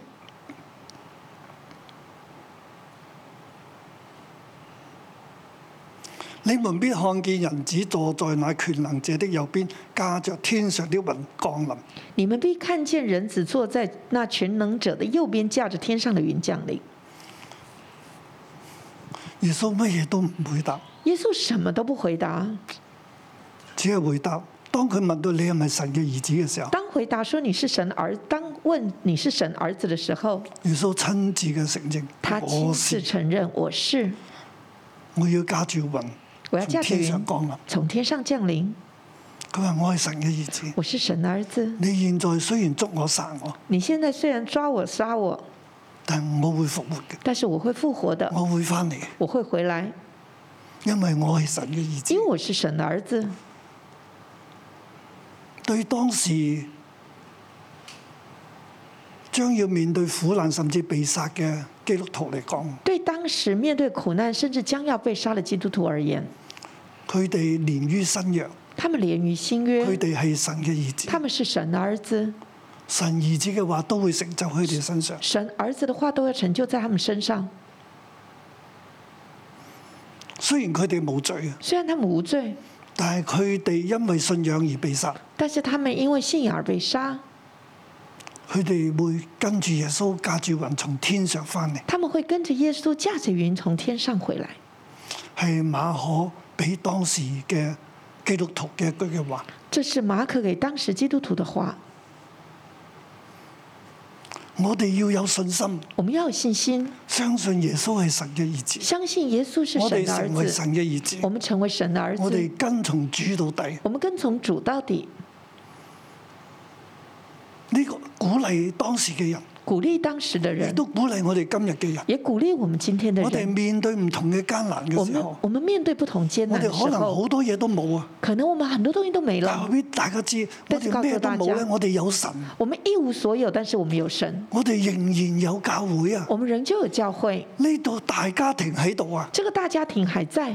你們必看見人子坐在那權能者的右邊，駕着天上的雲降臨。你们必看见人子坐在那全能者的右边，驾着天上的云降临。”耶穌乜嘢都唔回答，耶稣什么都不回答。只係回答。當佢問到你係咪神嘅兒子嘅時候，当回答说你是神儿，当问你是神儿子的时候，耶穌親自嘅承認：他亲我自是，承认我是，我要駕住雲，我要從驾着天云上降臨。从天上降临，佢話：我係神嘅兒子。我是神的儿子。你現在雖然捉我殺我，你现在虽然抓我杀我，但我會復活嘅，但是我会复活的，我會翻嚟，我会回来，因為我係神嘅兒子因。为我是神的儿子。對當時將要面對苦難甚至被殺嘅基督徒嚟講，对当时面对苦难，甚至将要被杀的基督徒而言，佢哋連於新約，他们连于新佢约，哋係神嘅兒嗯他子，们是神的儿子，神兒子嘅話都會成就佢哋身上。神儿子的话都要成就在他们身上。雖然佢哋冇罪啊，虽然他们无罪，但係佢哋因為信仰而被殺，但是他们因为信仰而被杀，佢哋會跟住耶穌駕住雲從天上翻嚟，他们会跟着耶稣驾着云从天上回来，係馬可俾當時嘅基督徒嘅一句嘅話。这是马可给当时基督徒的话。我哋要有信心，我们要有信心，相信耶穌係神嘅兒子，相信耶稣是我神哋的儿成為子，神嘅兒子我。们成为神的儿我子哋，跟從主到底，我们跟从主到底，呢、個鼓勵當時嘅人，鼓励当时的亦人，都鼓勵我哋今日嘅人。也鼓励我们今天的我哋人。面對唔同嘅艱難我嘅時们候，我们面对不同艰我难哋的可时能候，好多嘢都冇啊。可能我们很多东西都没但係了，俾大家知，我但是哋咩都告訴冇大咧，家我哋有神，我们一无所有，但是我们有神，我哋仍然有教會啊。我们仍旧有教会，呢度大家庭喺度啊，这个大家庭还在。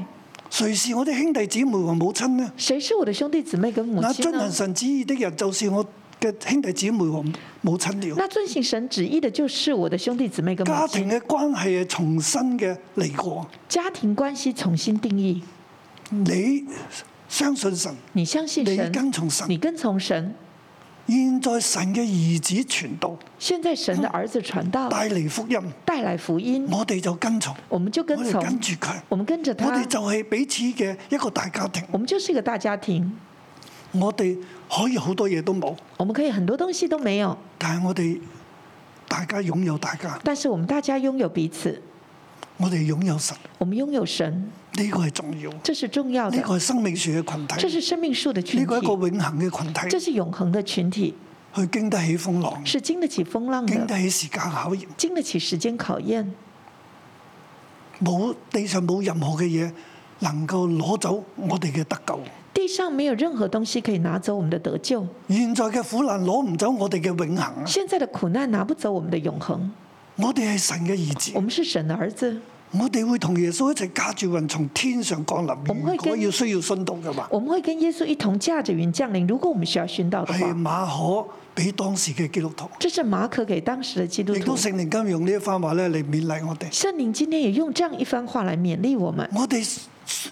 誰是我的兄弟姊妹和母親呢？谁是我的兄弟姊妹跟母那亲啊遵呢行？神旨意的人，就是我嘅兄弟姊妹和母親了。那遵行神旨意的，就是我的兄弟姊妹跟母家庭亲。嘅關係係重新嘅嚟過，家庭关系重新定义，你相信神，你相信你神，跟從神。你跟从神。現在神嘅兒子傳道，现在神的儿子传道，帶嚟福音，带来福音，我哋就跟從，我们就跟我哋从，啊跟住佢，我们跟着我他哋，就係彼此嘅一個大家庭。我们就是一个大家庭。我哋可以好多嘢都冇，我们可以很多东西都没有，但係我哋大家擁有大家，但是我们大家拥有彼此，我哋擁有神，我们拥有神，呢、個係重要，呢这是重要個的。係生命樹嘅群这體，是生命树的群呢個係一体，個永恆嘅群这體，是永恒的群体，去經得起風浪，是经得起风浪經得的，起時間考驗。经得起时间考验。冇地上冇任何嘅嘢能夠攞走我哋嘅得救。地上没有任何東西可以拿走我們的得救，現在嘅苦難攞唔走我哋嘅永恆啊！現在的苦難拿不走我們的永恆。我哋係神嘅兒我子，們是神的兒子，我哋會同耶穌一齊駕住雲從天上降臨。我們如會果跟要需要殉道嘅話，我們會跟耶穌一同駕着雲降臨。如果我們需要殉道的係話，馬可俾當時嘅基督徒，這是馬可給當時的基督亦徒都。聖靈今日用呢一番話咧嚟勉勵我哋。聖靈今天也用這樣一番話來勉勵我們：我哋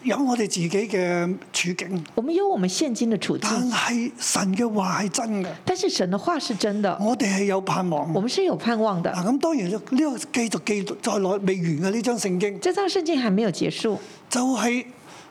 有我哋自己嘅處境，我們有我們現今的處但境，係神嘅話係真嘅，但是神的話是真的，我哋係有盼望我。們是有盼望的。嗱，咁當然呢個繼續記錄再來未完嘅呢張聖經，這章聖經還沒有結束，就係、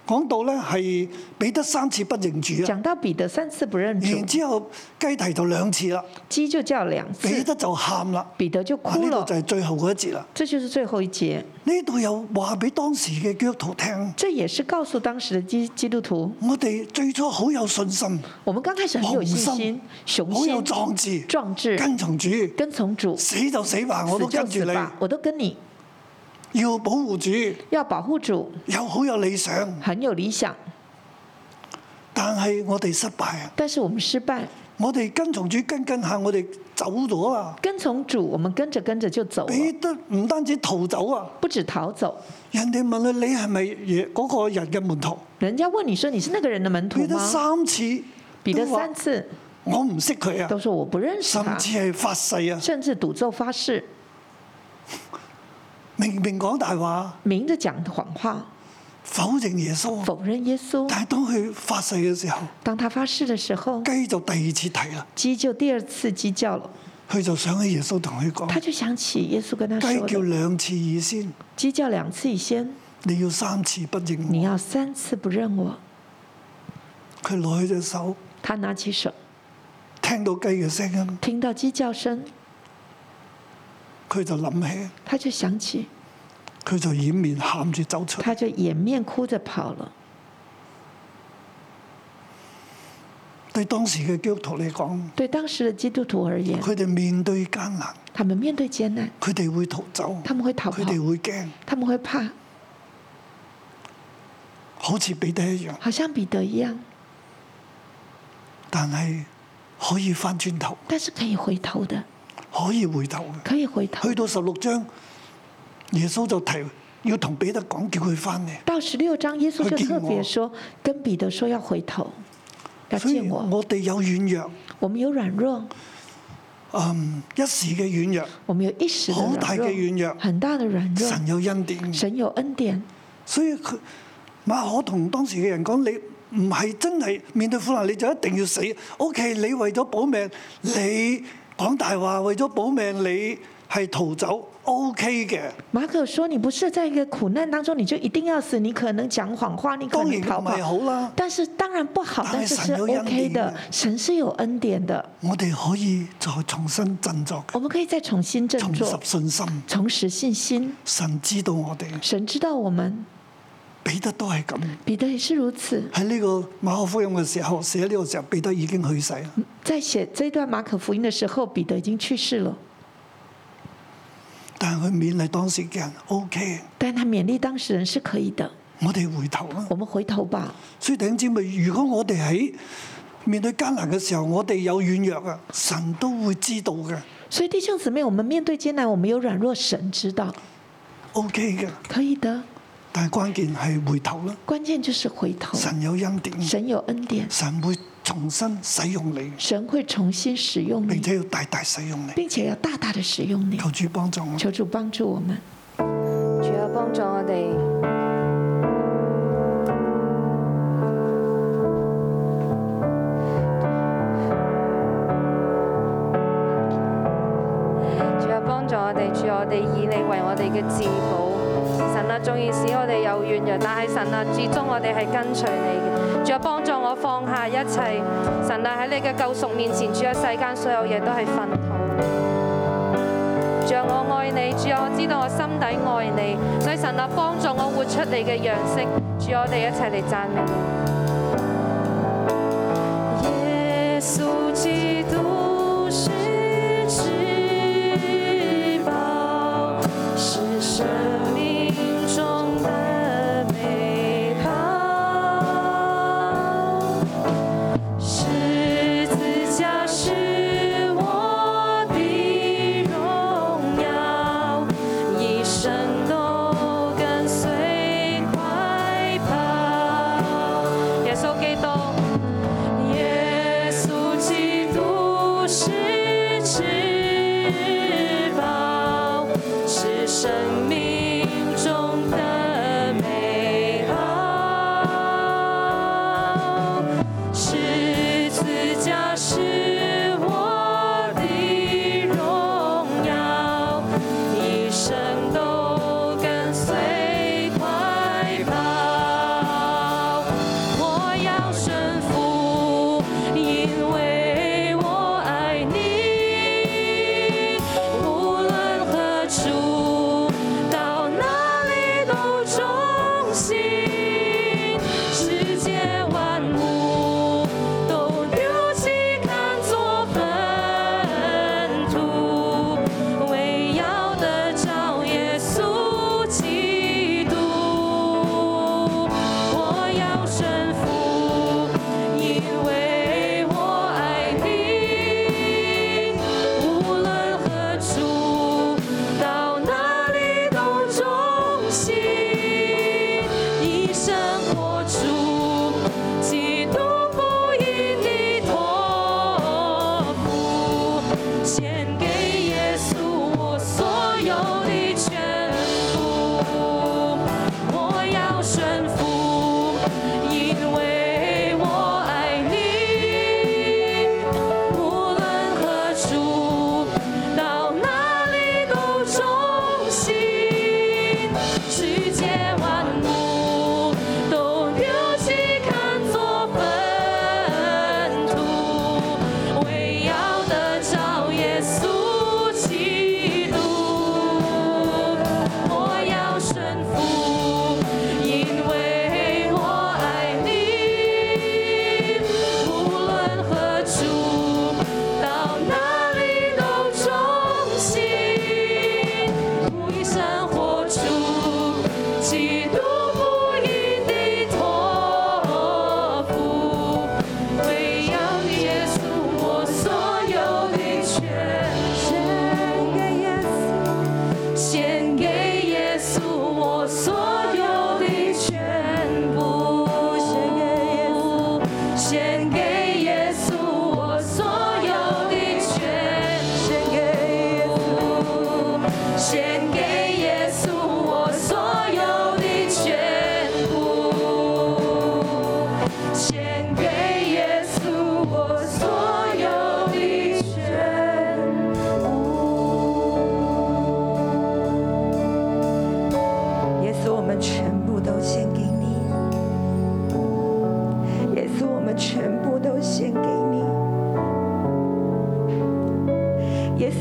講到咧係彼得三次不認主啊，講到彼得三次不認然主，之後雞蹄就兩次啦，雞就叫兩彼次，得就喊啦，彼得就啊哭呢了度就。係最後嗰一節啦。這就是最後一節，呢度又話俾當時嘅基督徒聽，這也是告訴當時的基基督徒，我哋最初好有信心，我們剛開始很有信心、雄好心有、壯志，壯志，跟從主，跟從主，死死就死吧，我都就跟住死吧，你，我都跟你，要保護主，要保護主，有好有理想，很有理想，但係我哋失敗啊！但是我們失敗，我哋跟從主跟跟下，我哋走咗啊！跟從主，我們跟着跟着就走了，彼得唔單止逃走啊，不止逃走。人哋問佢你係咪耶嗰個人嘅門徒？人家問你說你是那個人的門徒彼得嗎？三次彼得都話三次我唔識佢都啊，說我不認識甚他，至係發誓啊，甚至賭咒發誓，明明講大話，明着講謊話，否認耶穌。啊否認耶穌。但係當佢發誓嘅時候，當他發誓的時候，雞就第二次提啦，雞就第二次雞叫了，佢就想起耶穌同佢他講：就想起耶穌跟他雞說叫的兩次以先，雞叫兩次以先，你要三次不認你我。要三次不認我。佢攞起隻手，他拿起手，聽到雞嘅聲音，聽到雞叫聲，佢就諗起，他就想起，佢就掩面喊住走出。他就掩面哭着跑了。對當時嘅基督徒嚟講，对當時的基督徒而言，佢哋面對艱難。他們面對艱難，佢哋會逃走，他們會逃跑佢，哋會驚，他們會怕，好似彼得一樣，好像彼得一樣，但係可以翻轉頭，但是可以回頭的，可以回頭嘅。可以回頭去。到十六章，耶穌就提要同彼得講，叫佢翻嚟。到十六章，耶穌去就見特我別說，跟彼得說要回頭，要所以见我。我哋有軟弱，我們有軟弱，嗯，一時嘅軟弱，我們有一時的好大軟嘅弱，軟弱很大的軟弱。神有恩典，神有恩典，所以佢馬可同當時嘅人講：你唔係真係面對苦難，你就一定要死。O.K. 你為咗保命，你講大話，為咗保命，你係逃走。O.K. 嘅。马可说：“你不是在一个苦难当中，你就一定要死。你可能讲谎话，你可當然能唔逃係跑，好啦，但是当然不好，但但是是神是有恩 OK 典的的。神是有恩典的，我哋可以再重新振作嘅，我们可以再重新振重拾作，信心。重拾信心。神知道我哋，神知道我们，彼得都係咁。彼得也是如此。喺呢個馬可福音嘅時候，寫呢個時候，彼得已經去世啦。在写这段马可福音的时候，彼得已经去世了，但係佢勉勵當時嘅人，O.K. 但他勉励当事人是可以的。我哋回頭啦。我们回头吧。所以弟兄姊妹，如果我哋喺面對艱難嘅時候，我哋有軟弱啊，神都會知道嘅所以弟兄姊妹，我们面对艰难，我们有软弱，神知道， ，OK 嘅。可以的。但係關鍵係回頭啦，关键就是回头。神有恩典，神有恩典，神會重新使用你，神会重新使用並你，且要大大使用你。并且要大大的使用你。求主幫助我。求主帮助我们。主啊，幫助我哋。主啊，幫助我哋，主啊，我哋以你為我哋嘅至寶。神啊，縱然使我哋有軟弱，但係神啊，至終我哋係跟隨你嘅。主啊，幫助我放下一切。神啊，喺你嘅救贖面前，主啊，世間所有嘢都係糞土。主啊，我愛你，主啊，我知道我心底愛你，所以神啊，幫助我活出你嘅樣式，主啊，我哋一齊嚟讚美你。耶穌基督是至寶，是生命中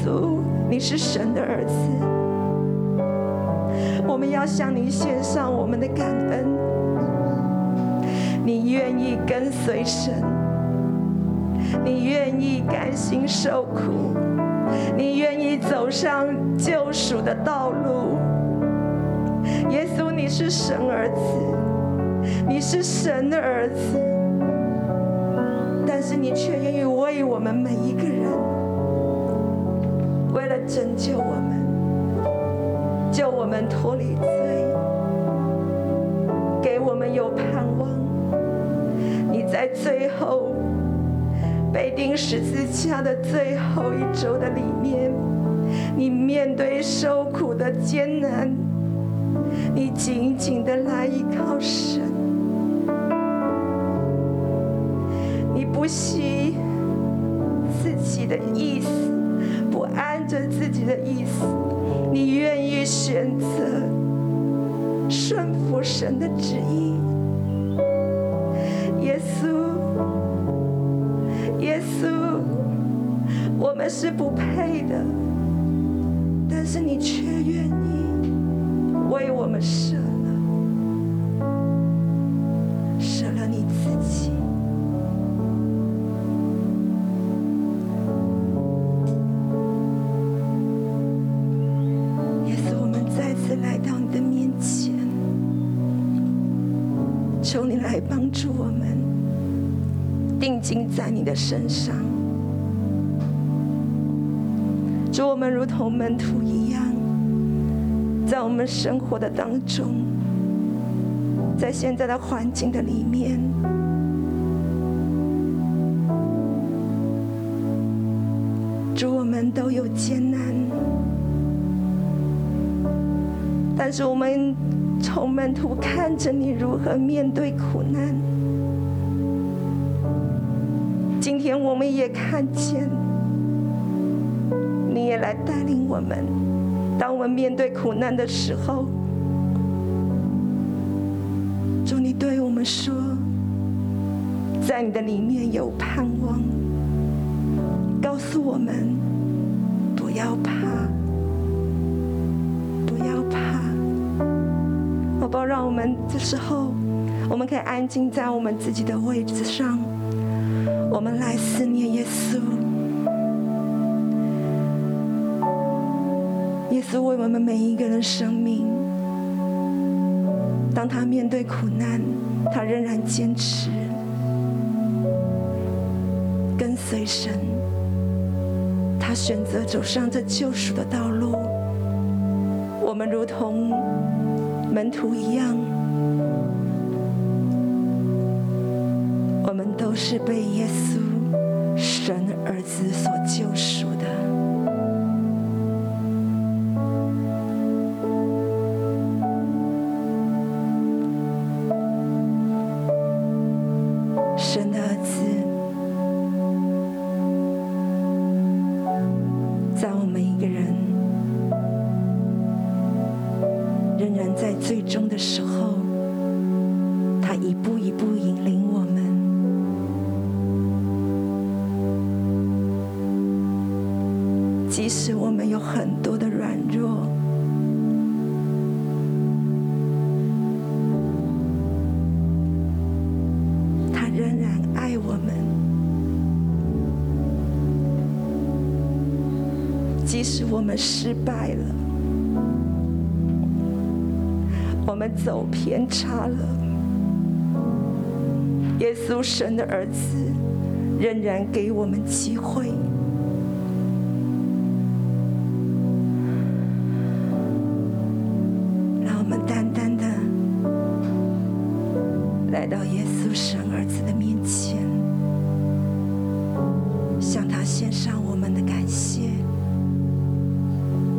稣，你是神的儿子。我们要向你献上我们的感恩。你愿意跟随神，你愿意甘心受苦，你愿意走上救赎的道路。耶稣，你是神儿子，你是神的儿子。但是你却愿意为我们每一个人，为了拯救我们，救我们脱离罪，给我们有盼望。你在最后被钉十字架的最后一周的里面，你面对受苦的艰难，你紧紧的来依靠神。你不惜自己的意思，不按着自己的意思，你愿意选择顺服神的旨意。耶稣，耶稣，我们是不配的，但是你却愿意为我们舍了，舍了你自己。也是我们再次来到你的面前，求你来帮助我们，定睛在你的身上。主，我们如同门徒一样，在我们生活的当中，在现在的环境的里面，主，我们都有艰难。但是我们从门徒看着你如何面对苦难。今天我们也看见，你也来带领我们。当我们面对苦难的时候，主，你对我们说，在你的里面有盼望，告诉我们不要怕。不要怕，好不好？让我们这时候，我们可以安静在我们自己的位置上，我们来思念耶稣。耶稣为我们每一个人生命，当他面对苦难，他仍然坚持跟随神，他选择走上这救赎的道路。我们如同门徒一样，我们都是被耶稣神儿子所救赎的。神的儿子，在我们一个人。仍然在最终的时候，他一步一步引领我们。即使我们有很多的软弱，他仍然爱我们。即使我们失败了。我们走偏差了。耶稣神的儿子仍然给我们机会。让我们单单的来到耶稣神儿子的面前，向他献上我们的感谢。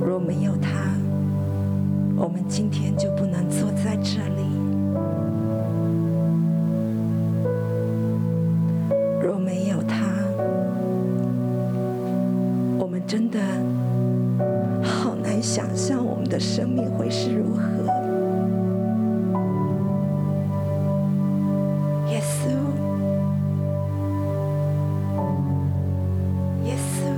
若没有他，我们今天就不能坐在这里。若没有他，我们真的好难想象我们的生命会是如何。耶稣，耶稣，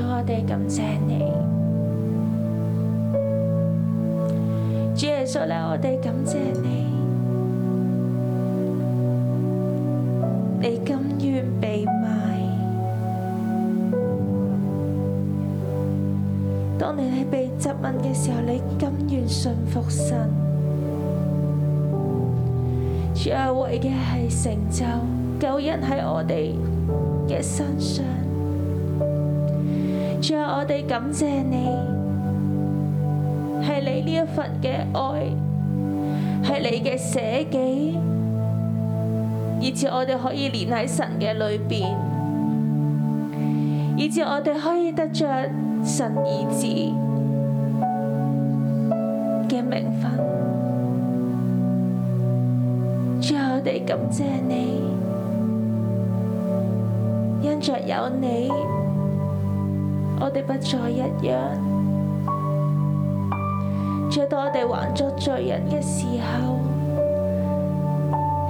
我哋感謝你。主耶穌咧，我哋感謝你，你甘願被賣。當你喺被質問嘅時候，你甘願信服神。主啊，為嘅係成就救恩喺我哋嘅身上。主啊，我哋感謝你，係你呢一份嘅愛，係你嘅捨己，以至我哋可以連喺神嘅裏邊，以至我哋可以得着神兒子嘅名分。主啊，我哋感謝你，因着有你。我哋不再一樣。最多我哋還作罪人嘅時候，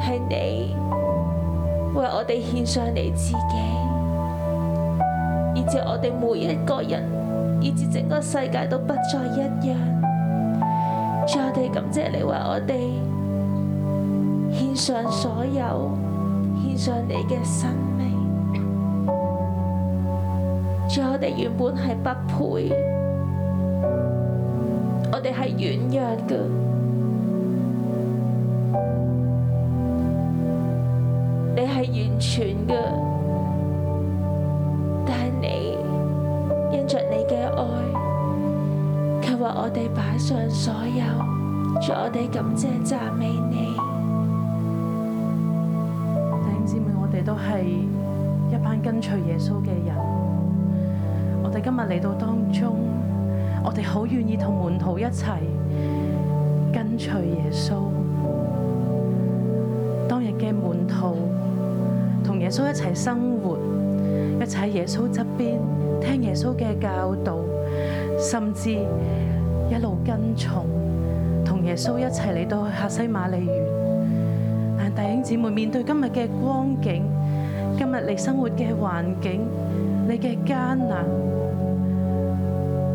係你為我哋獻上你自己，以至我哋每一個人，以至整個世界都不再一樣。主，我哋感謝你為我哋獻上所有，獻上你嘅生命。主，我哋原本係不配，我哋係軟弱嘅。你係完全嘅，但係你因着你嘅愛，佢為我哋擺上所有。主，我哋感謝讚美你。弟兄姊妹，我哋都係一班跟隨耶穌嘅人。我哋今日嚟到當中，我哋好願意同門徒一齊跟隨耶穌。當日嘅門徒同耶穌一齊生活，一齊喺耶穌側邊聽耶穌嘅教導，甚至一路跟從，同耶穌一齊嚟到客西馬利園。但弟兄姊妹面對今日嘅光景，今日你生活嘅環境，你嘅艱難，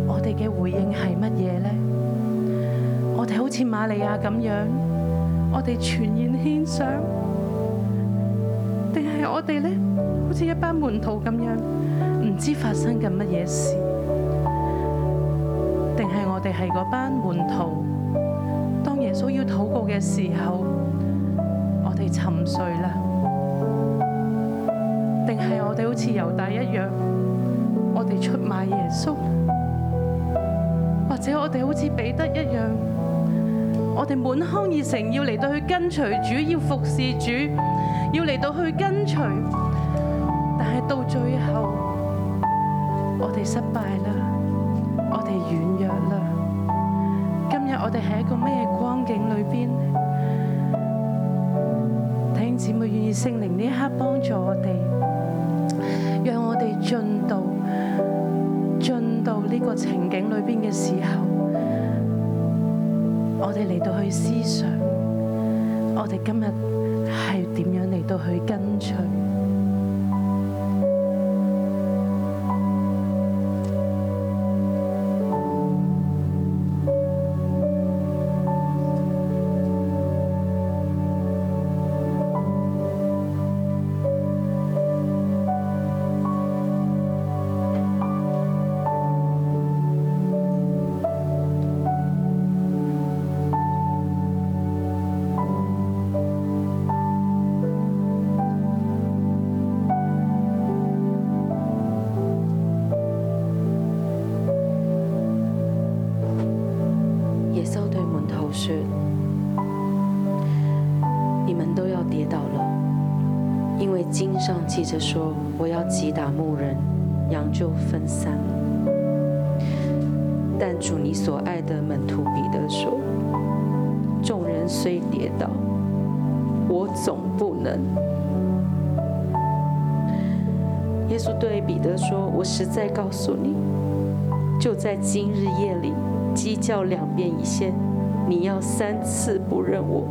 我哋嘅回應係乜嘢呢？我哋好似瑪利亞咁樣，我哋全然獻上，定係我哋呢？好似一班門徒咁樣，唔知發生緊乜嘢事？定係我哋係嗰班門徒？當耶穌要禱告嘅時候，我哋沉睡啦，定係我哋好似猶大一樣，我哋出賣耶穌，或者我哋好似彼得一樣，我哋滿腔熱誠要嚟到去跟隨主，要服侍主，要嚟到去跟隨，但係到最後，我哋失敗啦，我哋軟弱啦。今日我哋喺一個咩光景裏邊呢？弟兄姊妹願意聖靈呢一刻幫助我哋，讓我哋進到進到呢個情景裏邊嘅時候，我哋嚟到去思想，我哋今日係點樣嚟到去跟隨？耶穌對門徒說：你們都要跌倒了，因為經上記着說：我要擊打牧人，羊就分散了。但主你所愛的門徒彼得說：众人虽跌倒，我总不能。耶稣对彼得说：我实在告诉你，就在今日夜里，鸡叫两遍一线，你要三次不认我。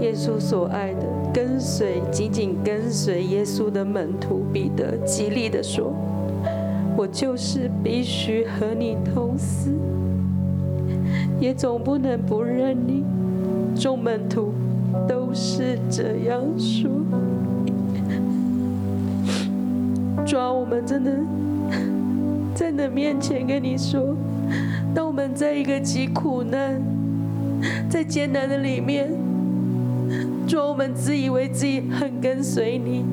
耶稣所爱的，跟随、紧紧跟随耶稣的门徒彼得极力地说：“我就是必须和你同死，也总不能不认你。”众门徒都是这样说。主啊，我们真的在你的面前跟你说，当我们在一个极苦难、在艰难的里面，主啊，我们自以为自己很跟随你，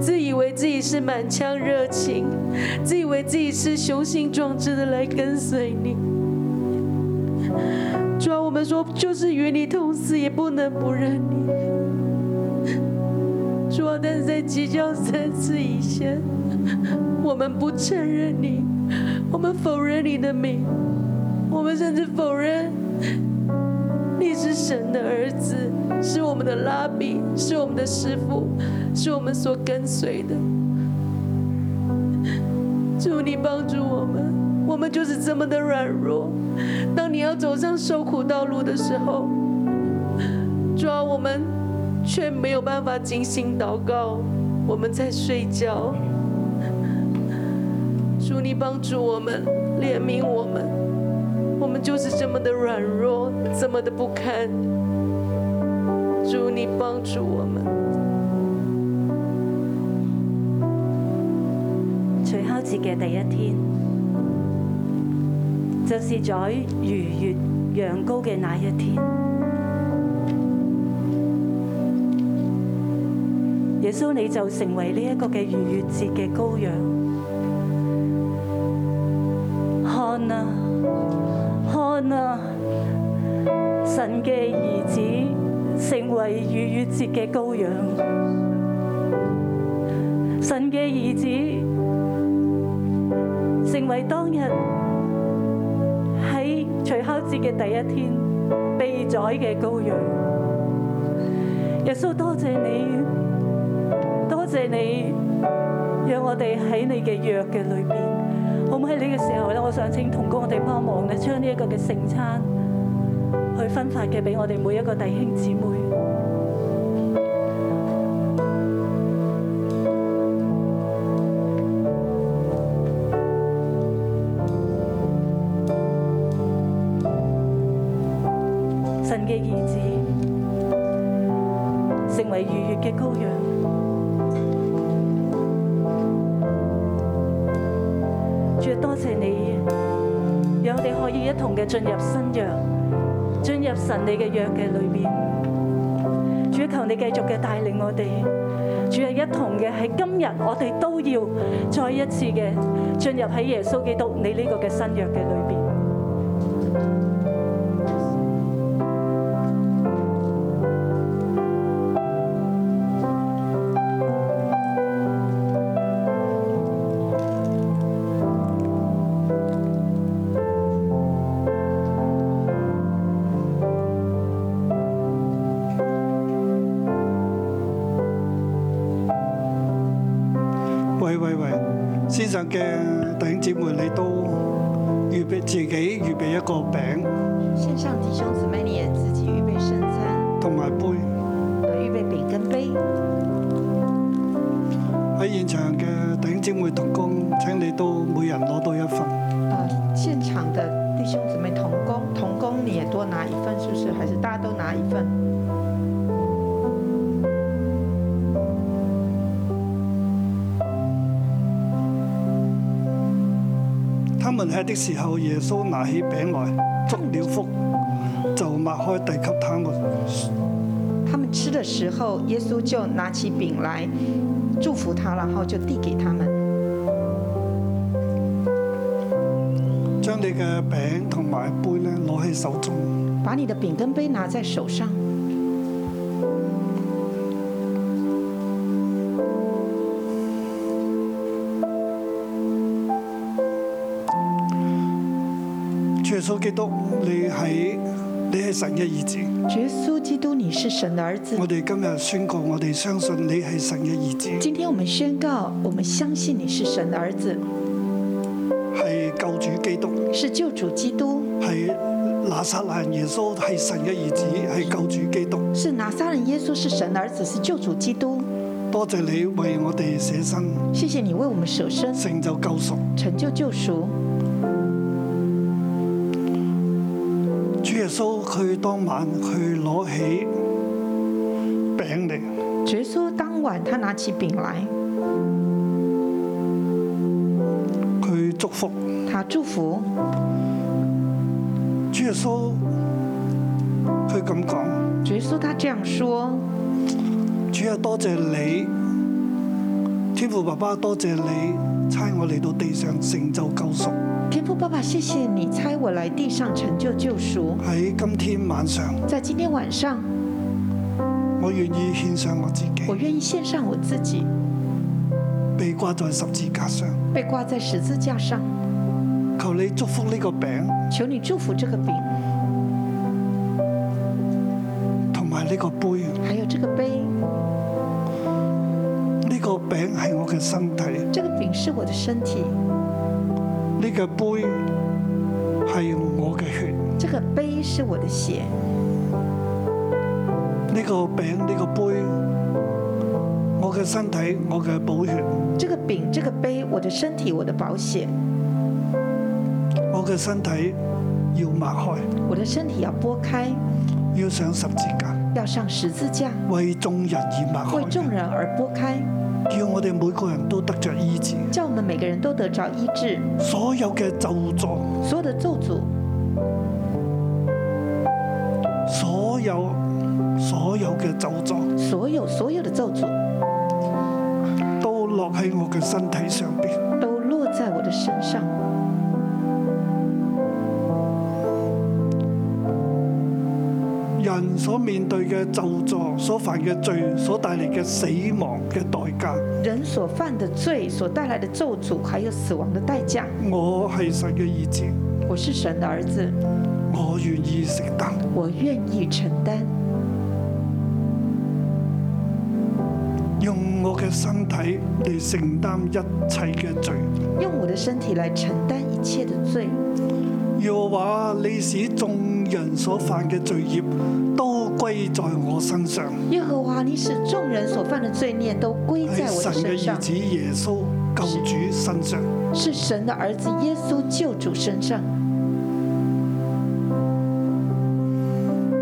自以为自己是满腔热情，自以为自己是雄心壮志的来跟随你。主啊，我们说就是与你同死，也不能不认你。主啊，但是在即将三次以前，我们不承认你，我们否认你的名，我们甚至否认你是神的儿子，是我们的拉比，是我们的师傅，是我们所跟随的。主，你帮助我们，我们就是这么的软弱。当你要走上受苦道路的时候，主啊，我们却没有办法精心祷告，我们在睡觉。主，你帮助我们，怜悯我们，我们就是这么的软弱，这么的不堪。主，你帮助我们。除酵節嘅第一天，就是在逾越羊羔嘅那一天。耶穌，你就成為呢一個嘅逾越節嘅羔羊。看啊，看啊，神嘅兒子成為逾越節嘅羔羊。神嘅兒子。成為當日喺除酵節嘅第一天被宰嘅羔羊。耶穌多謝你，多謝你，讓我哋喺你嘅約嘅裏邊。好唔好喺呢個時候咧？我想請同工我哋幫忙咧，將呢一個嘅聖餐去分發嘅俾我哋每一個弟兄姊妹。神嘅兒子，成為逾越嘅羔羊。主啊，多謝你，讓我哋可以一同嘅進入新約，進入神你嘅約嘅裏邊。主啊，求你繼續嘅帶領我哋。主啊，一同嘅喺今日，我哋都要再一次嘅進入喺耶穌基督你呢個嘅新約嘅裏邊。喂喂喂，先生嘅弟兄姊妹，你都預備自己預備一個餅线上弟兄姊妹，你也自己预备圣餐，同埋杯。呃预备饼跟杯。喺現場嘅弟兄姊妹同工，請你都每人攞到一份。呃，现场的弟兄姊妹同工，同工你也多拿一份，是不是？还是大家都拿一份？他們吃的時候，耶穌拿起餅來，祝了福，就擘開遞給他們。他们吃的时候，耶稣就拿起饼来，祝福他，然后就递给他们。將你嘅餅同埋杯咧攞喺手中，把你的饼跟杯拿在手上，主耶穌基督，你喺你係神嘅兒子，主耶穌基督，你是神的儿子我。哋今日宣告，我哋相信你係神嘅兒子，今天我们宣告，我们相信你是神的儿子，係救主基督，是救主基督，係拿撒勒人耶穌係神嘅兒子，係救主基督。是拿撒人耶稣是神的儿子，是救主基督。多謝你為我哋捨身，谢谢你为我们舍身，成就救贖。成就救赎。主耶穌佢當晚佢攞起餅嚟，耶稣当晚他拿起饼来，佢祝福。他祝福主耶穌佢咁講：耶稣，他这样说主啊，多謝你，天父爸爸，多謝你差我嚟到地上成就救贖。：“天父爸爸，谢谢你差我来地上成就救赎。喺今天晚上，在今天晚上，我願意獻上我自己，我愿意献上我自己，被掛在十字架上。被挂在十字架上。求你祝福呢個餅求你祝福这个饼，同埋呢個杯。还有这个杯。呢、個餅係我嘅身體，这个饼是我的身体，呢、個杯係我嘅血。这个杯是我的血。呢、個餅，呢、個杯，我嘅身體，我嘅寶血，这个饼，这个杯，我的身体，我的宝血。我嘅身體要擘開，我的身体要拨开，要上十字架。要上十字架，為眾人而擘为開众人而拨开，嘅，叫我哋每個人都得着醫治。叫我们每个人都得着医治。所有嘅咒詛，所有的咒诅，所有所有嘅咒詛，所有所有的咒诅，都落喺我嘅身體上邊。都落在我的身上。人所面對嘅咒詛，所犯嘅罪，所帶嚟嘅死亡嘅代價，人所犯的罪所带来的咒诅，还有死亡的代价。我係神嘅兒子，我是神的儿子，我願意承擔。我愿意承担，用我嘅身體嚟承擔一切嘅罪。用我的身体来承担一切的罪。要話你使眾人所犯嘅罪孽都歸在我身上，耶和华，你使众人所犯的罪孽都归喺在我神的嘅身兒上，子耶穌救主身上。是神的儿子耶稣救主身上。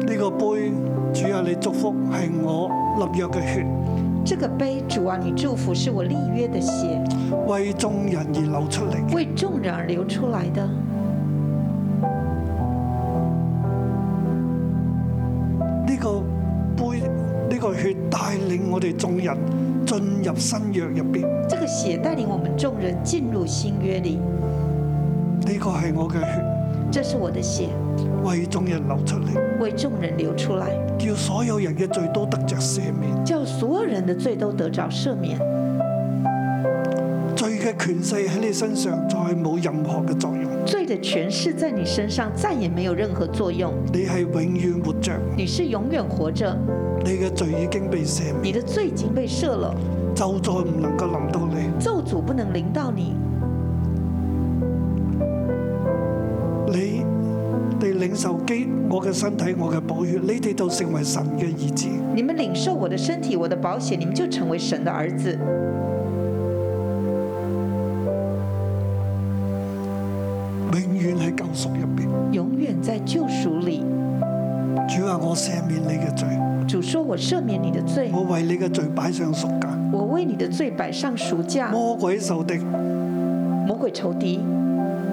呢個杯，主啊，你祝福係我立約嘅血，这个杯，主啊，你祝福是我立约的血，為眾人而流出嚟。为众人而流出来的。呢、個杯，呢、個血帶領我哋眾人進入新約入邊。这个血带领我们众人进入新约里，呢、個係我嘅血，这是我的血，為眾人流出嚟，为众人流出来，叫所有人嘅罪都得着赦免。叫所有人的罪都得着赦免。罪嘅權勢喺你身上再冇任何嘅作用，罪的权势在你身上再也没有任何作用，你係永遠活着，你是永远活着，你嘅罪已經被赦免，你的罪已经被赦了，就再唔能夠臨到你。咒诅不能临到你。你哋領受基我嘅身體，我嘅寶血，你哋就成為神嘅兒子。你们领受我的身体，我的保险，你们就成为神的儿子。永遠喺救贖入邊。永远在救赎里。主啊，我赦免你嘅罪，主说：“我赦免你的罪，我為你嘅罪擺上贖價。我为你的罪摆上赎价。魔鬼受敵、黑魔鬼仇敌、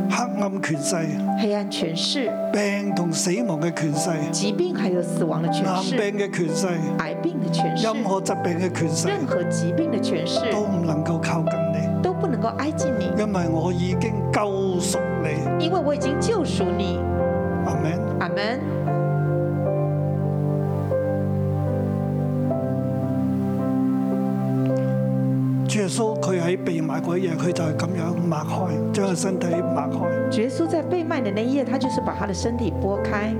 暗權勢、黑暗权势、病同死亡嘅權勢、疾病还有死亡的权癌势、病嘅權勢、癌病的权势、任何疾病嘅權勢，任何疾病的权势都唔能夠靠近你，都不能够挨近你，因為我已經救贖你。因为我已经救赎你。阿門。阿门。主耶穌佢喺被賣嗰一日，佢就係咁樣擘開，將個身體擘開。耶稣在被卖的那一夜，他就是把他的身体拨开，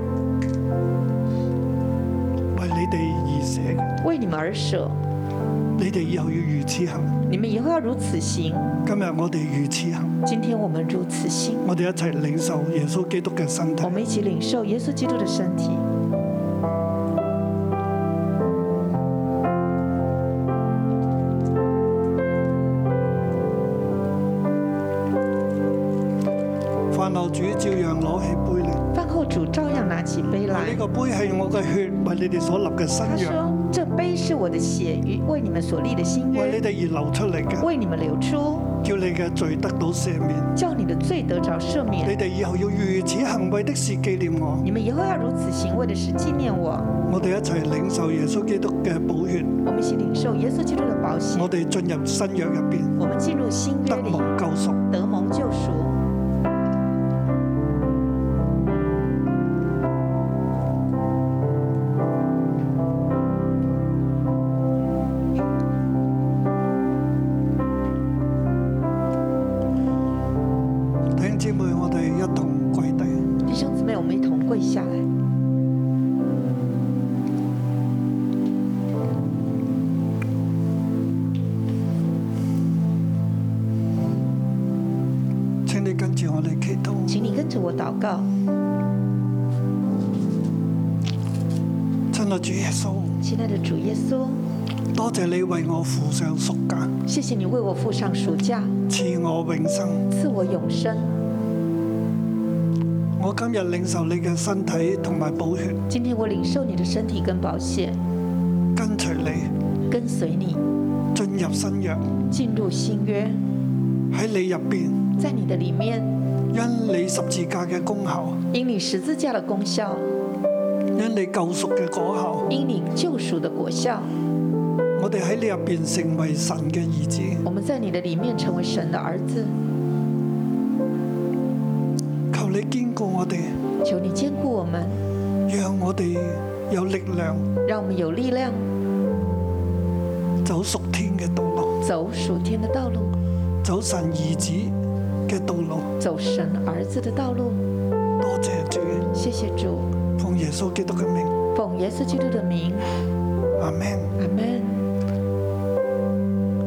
為你哋而寫嘅，为你们而舍。呢、你哋以後要如此行。你们以后要如此行。今日我哋如此行。今天我们如此行。我哋一齊領受耶穌基督嘅身體我。们一起领受耶稣基督的身体。飯後主照樣攞起杯嚟。饭后主照样拿起杯呢来，個杯係我嘅血，為你哋所立嘅他新約，说：“这杯是我的血，与为你们所立的新為约你，哋而流出嚟嘅，为你们流出，叫你嘅罪得到赦免。叫你的罪得着赦你免。哋以後要如此行為的事紀念我。你们以后要如此行为的是纪念我。”我哋一齊領受耶穌基督嘅寶血，我们一起领受耶稣基督的保险我，哋進入新約入邊，我们进入新得约里蒙救贖。得蒙救赎。弟兄姊妹，我哋一同跪低。弟兄姊妹，我们一同跪下来。請你跟住我嚟祈禱。请你跟着我祷告，親愛主耶穌，亲爱的主耶稣，多謝你為我付上贖價，谢谢你为我付上暑假，賜我永生。赐我永生。我今日領受你嘅身體同埋寶血，今天我领受你的身体跟保险，跟隨你跟随你進入新約。进入新约，喺你入邊，在你的里面，因你十字架嘅功效，因你十字架的功效，因你救贖嘅果效，因你救赎的果效，我哋喺你入邊成為神嘅兒子。我们在你的里面成为神的儿子。求你堅固我哋，求你坚固我们，讓我哋有力量让我们有力量走屬天嘅道路，走属天的道路。走神兒子嘅道路。走神儿子的道路。多謝主，谢谢主，奉耶穌基督嘅名，奉耶稣基督的名，阿 Man，阿门。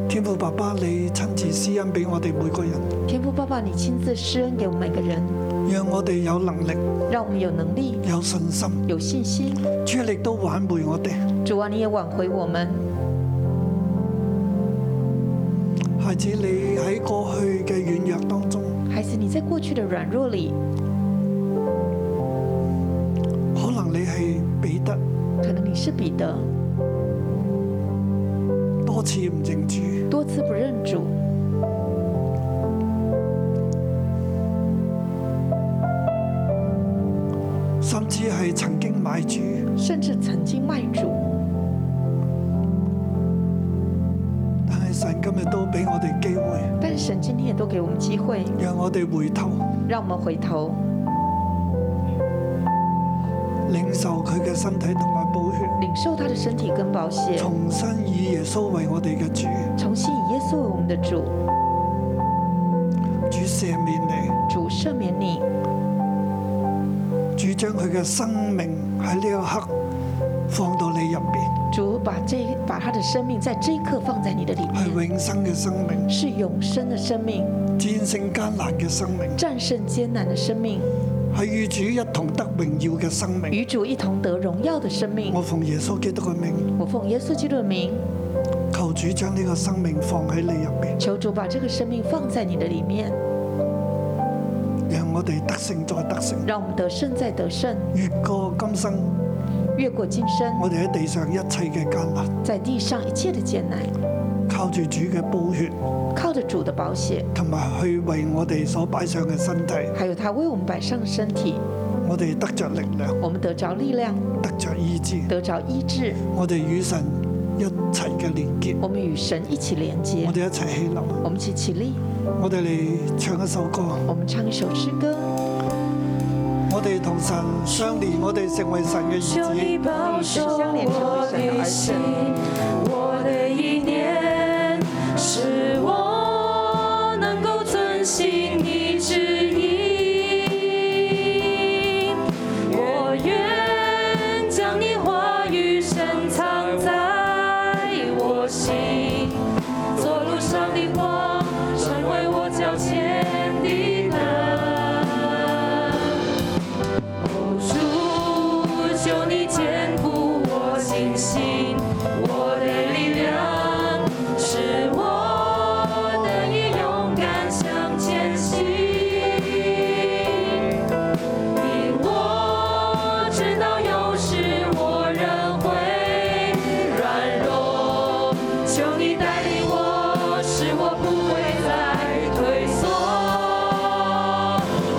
天父爸爸，你親自施恩俾我哋每個人，天父爸爸，你亲自施恩给我们每个人，讓我哋有能力、让我们有能力、有信心，有信心。主力都挽回我哋。主啊，你也挽回我们。孩子，你喺過去嘅軟弱當中。孩子，你在过去的软弱里，可能你係彼得可能你是彼得，多次唔認主，多次不认主，甚至係曾經買主，甚至曾经卖主。但係神今日都俾我哋機會，但神今天也都给我们机会，讓我哋回頭让我们回头領受佢嘅身體同埋寶血，领受他的身体跟宝血，重新以耶穌為我哋嘅主，重新以耶稣为我们的主，主赦免你，主赦免你，主將佢嘅生命喺呢一刻放到你入邊，主把这把他的生命在这一刻放在你的里面。係永生嘅生命，是永生的生命，戰勝艱難嘅生命，战胜艰难的生命，係與主一同得榮耀嘅生命。与主一同得荣耀的生命我。奉耶穌基督嘅名，我奉耶稣基督的名，求主將呢個生命放喺你入邊。求主把这个生命放在你的里面，让我哋得勝再得勝，让我们得胜再得胜，越過今生，越过今生，我哋喺地上一切嘅艱難，在地上一切的艰难，靠住主嘅寶血，靠着主的保险，同埋去為我哋所擺上嘅身體，还有他为我们摆上的身体，我哋得着力量，我们得着力量，得着醫治，得着医治。我哋與神一齊嘅連結，我们与神一起连接我，哋一齊起立，我们一起起立，我哋嚟唱一首歌，我们唱一首诗歌，我哋同神相連，我哋成為神嘅求兒你子，保与守神相连成为我神的的儿子心。，我的意念，使我能够遵行你旨意。我愿将你话语深藏在我心。求你带领我，使我不会再退缩。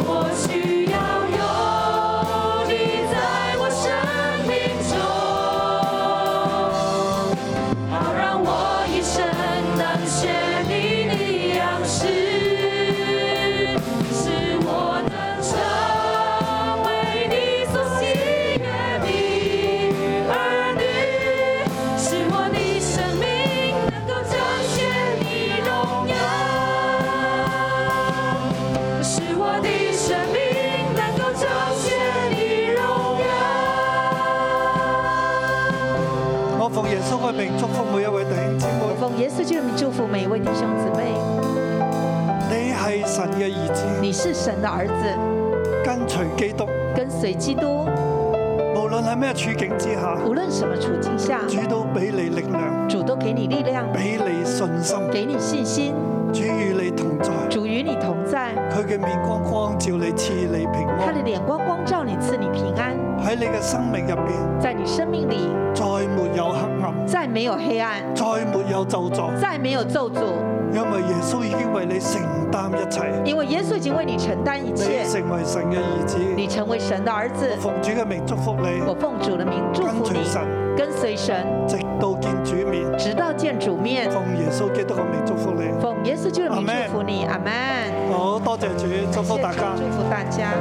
我需要有你在我生命中，好让我一生能学你的样式，使我能成为你所喜悦的儿女。使我的生命能够彰显你荣耀，使我的生命能够彰显你荣耀。我奉耶穌嘅名祝福每一位弟兄姊妹。奉耶稣基督的名祝福每一位弟兄姊妹，你係神嘅兒子，你是神的儿子，跟隨基督，跟随基督，無論喺咩處境之下，無論什麼處境下，主都俾你力量，主都给你力量，俾你信心，给你信心，主與你同在，主與你同在，佢嘅面光光照你，賜你平他的安。脸光光照你，赐你平安，喺你嘅生命入邊，在你生命里再沒有黑暗，再没有黑暗，再沒有咒詛，再没有咒诅，因為耶穌已經為你承擔一切，因为耶稣已經為你承擔一你，切成為神嘅兒子。你成為神的儿子。奉主嘅名祝福你，我奉主的名祝跟福隨你，神，跟隨神，直到見主面。直到见主面。奉耶穌基督嘅名祝福你。奉耶稣基督的名祝福你，阿门。好多謝主，祝福大家。祝福大家。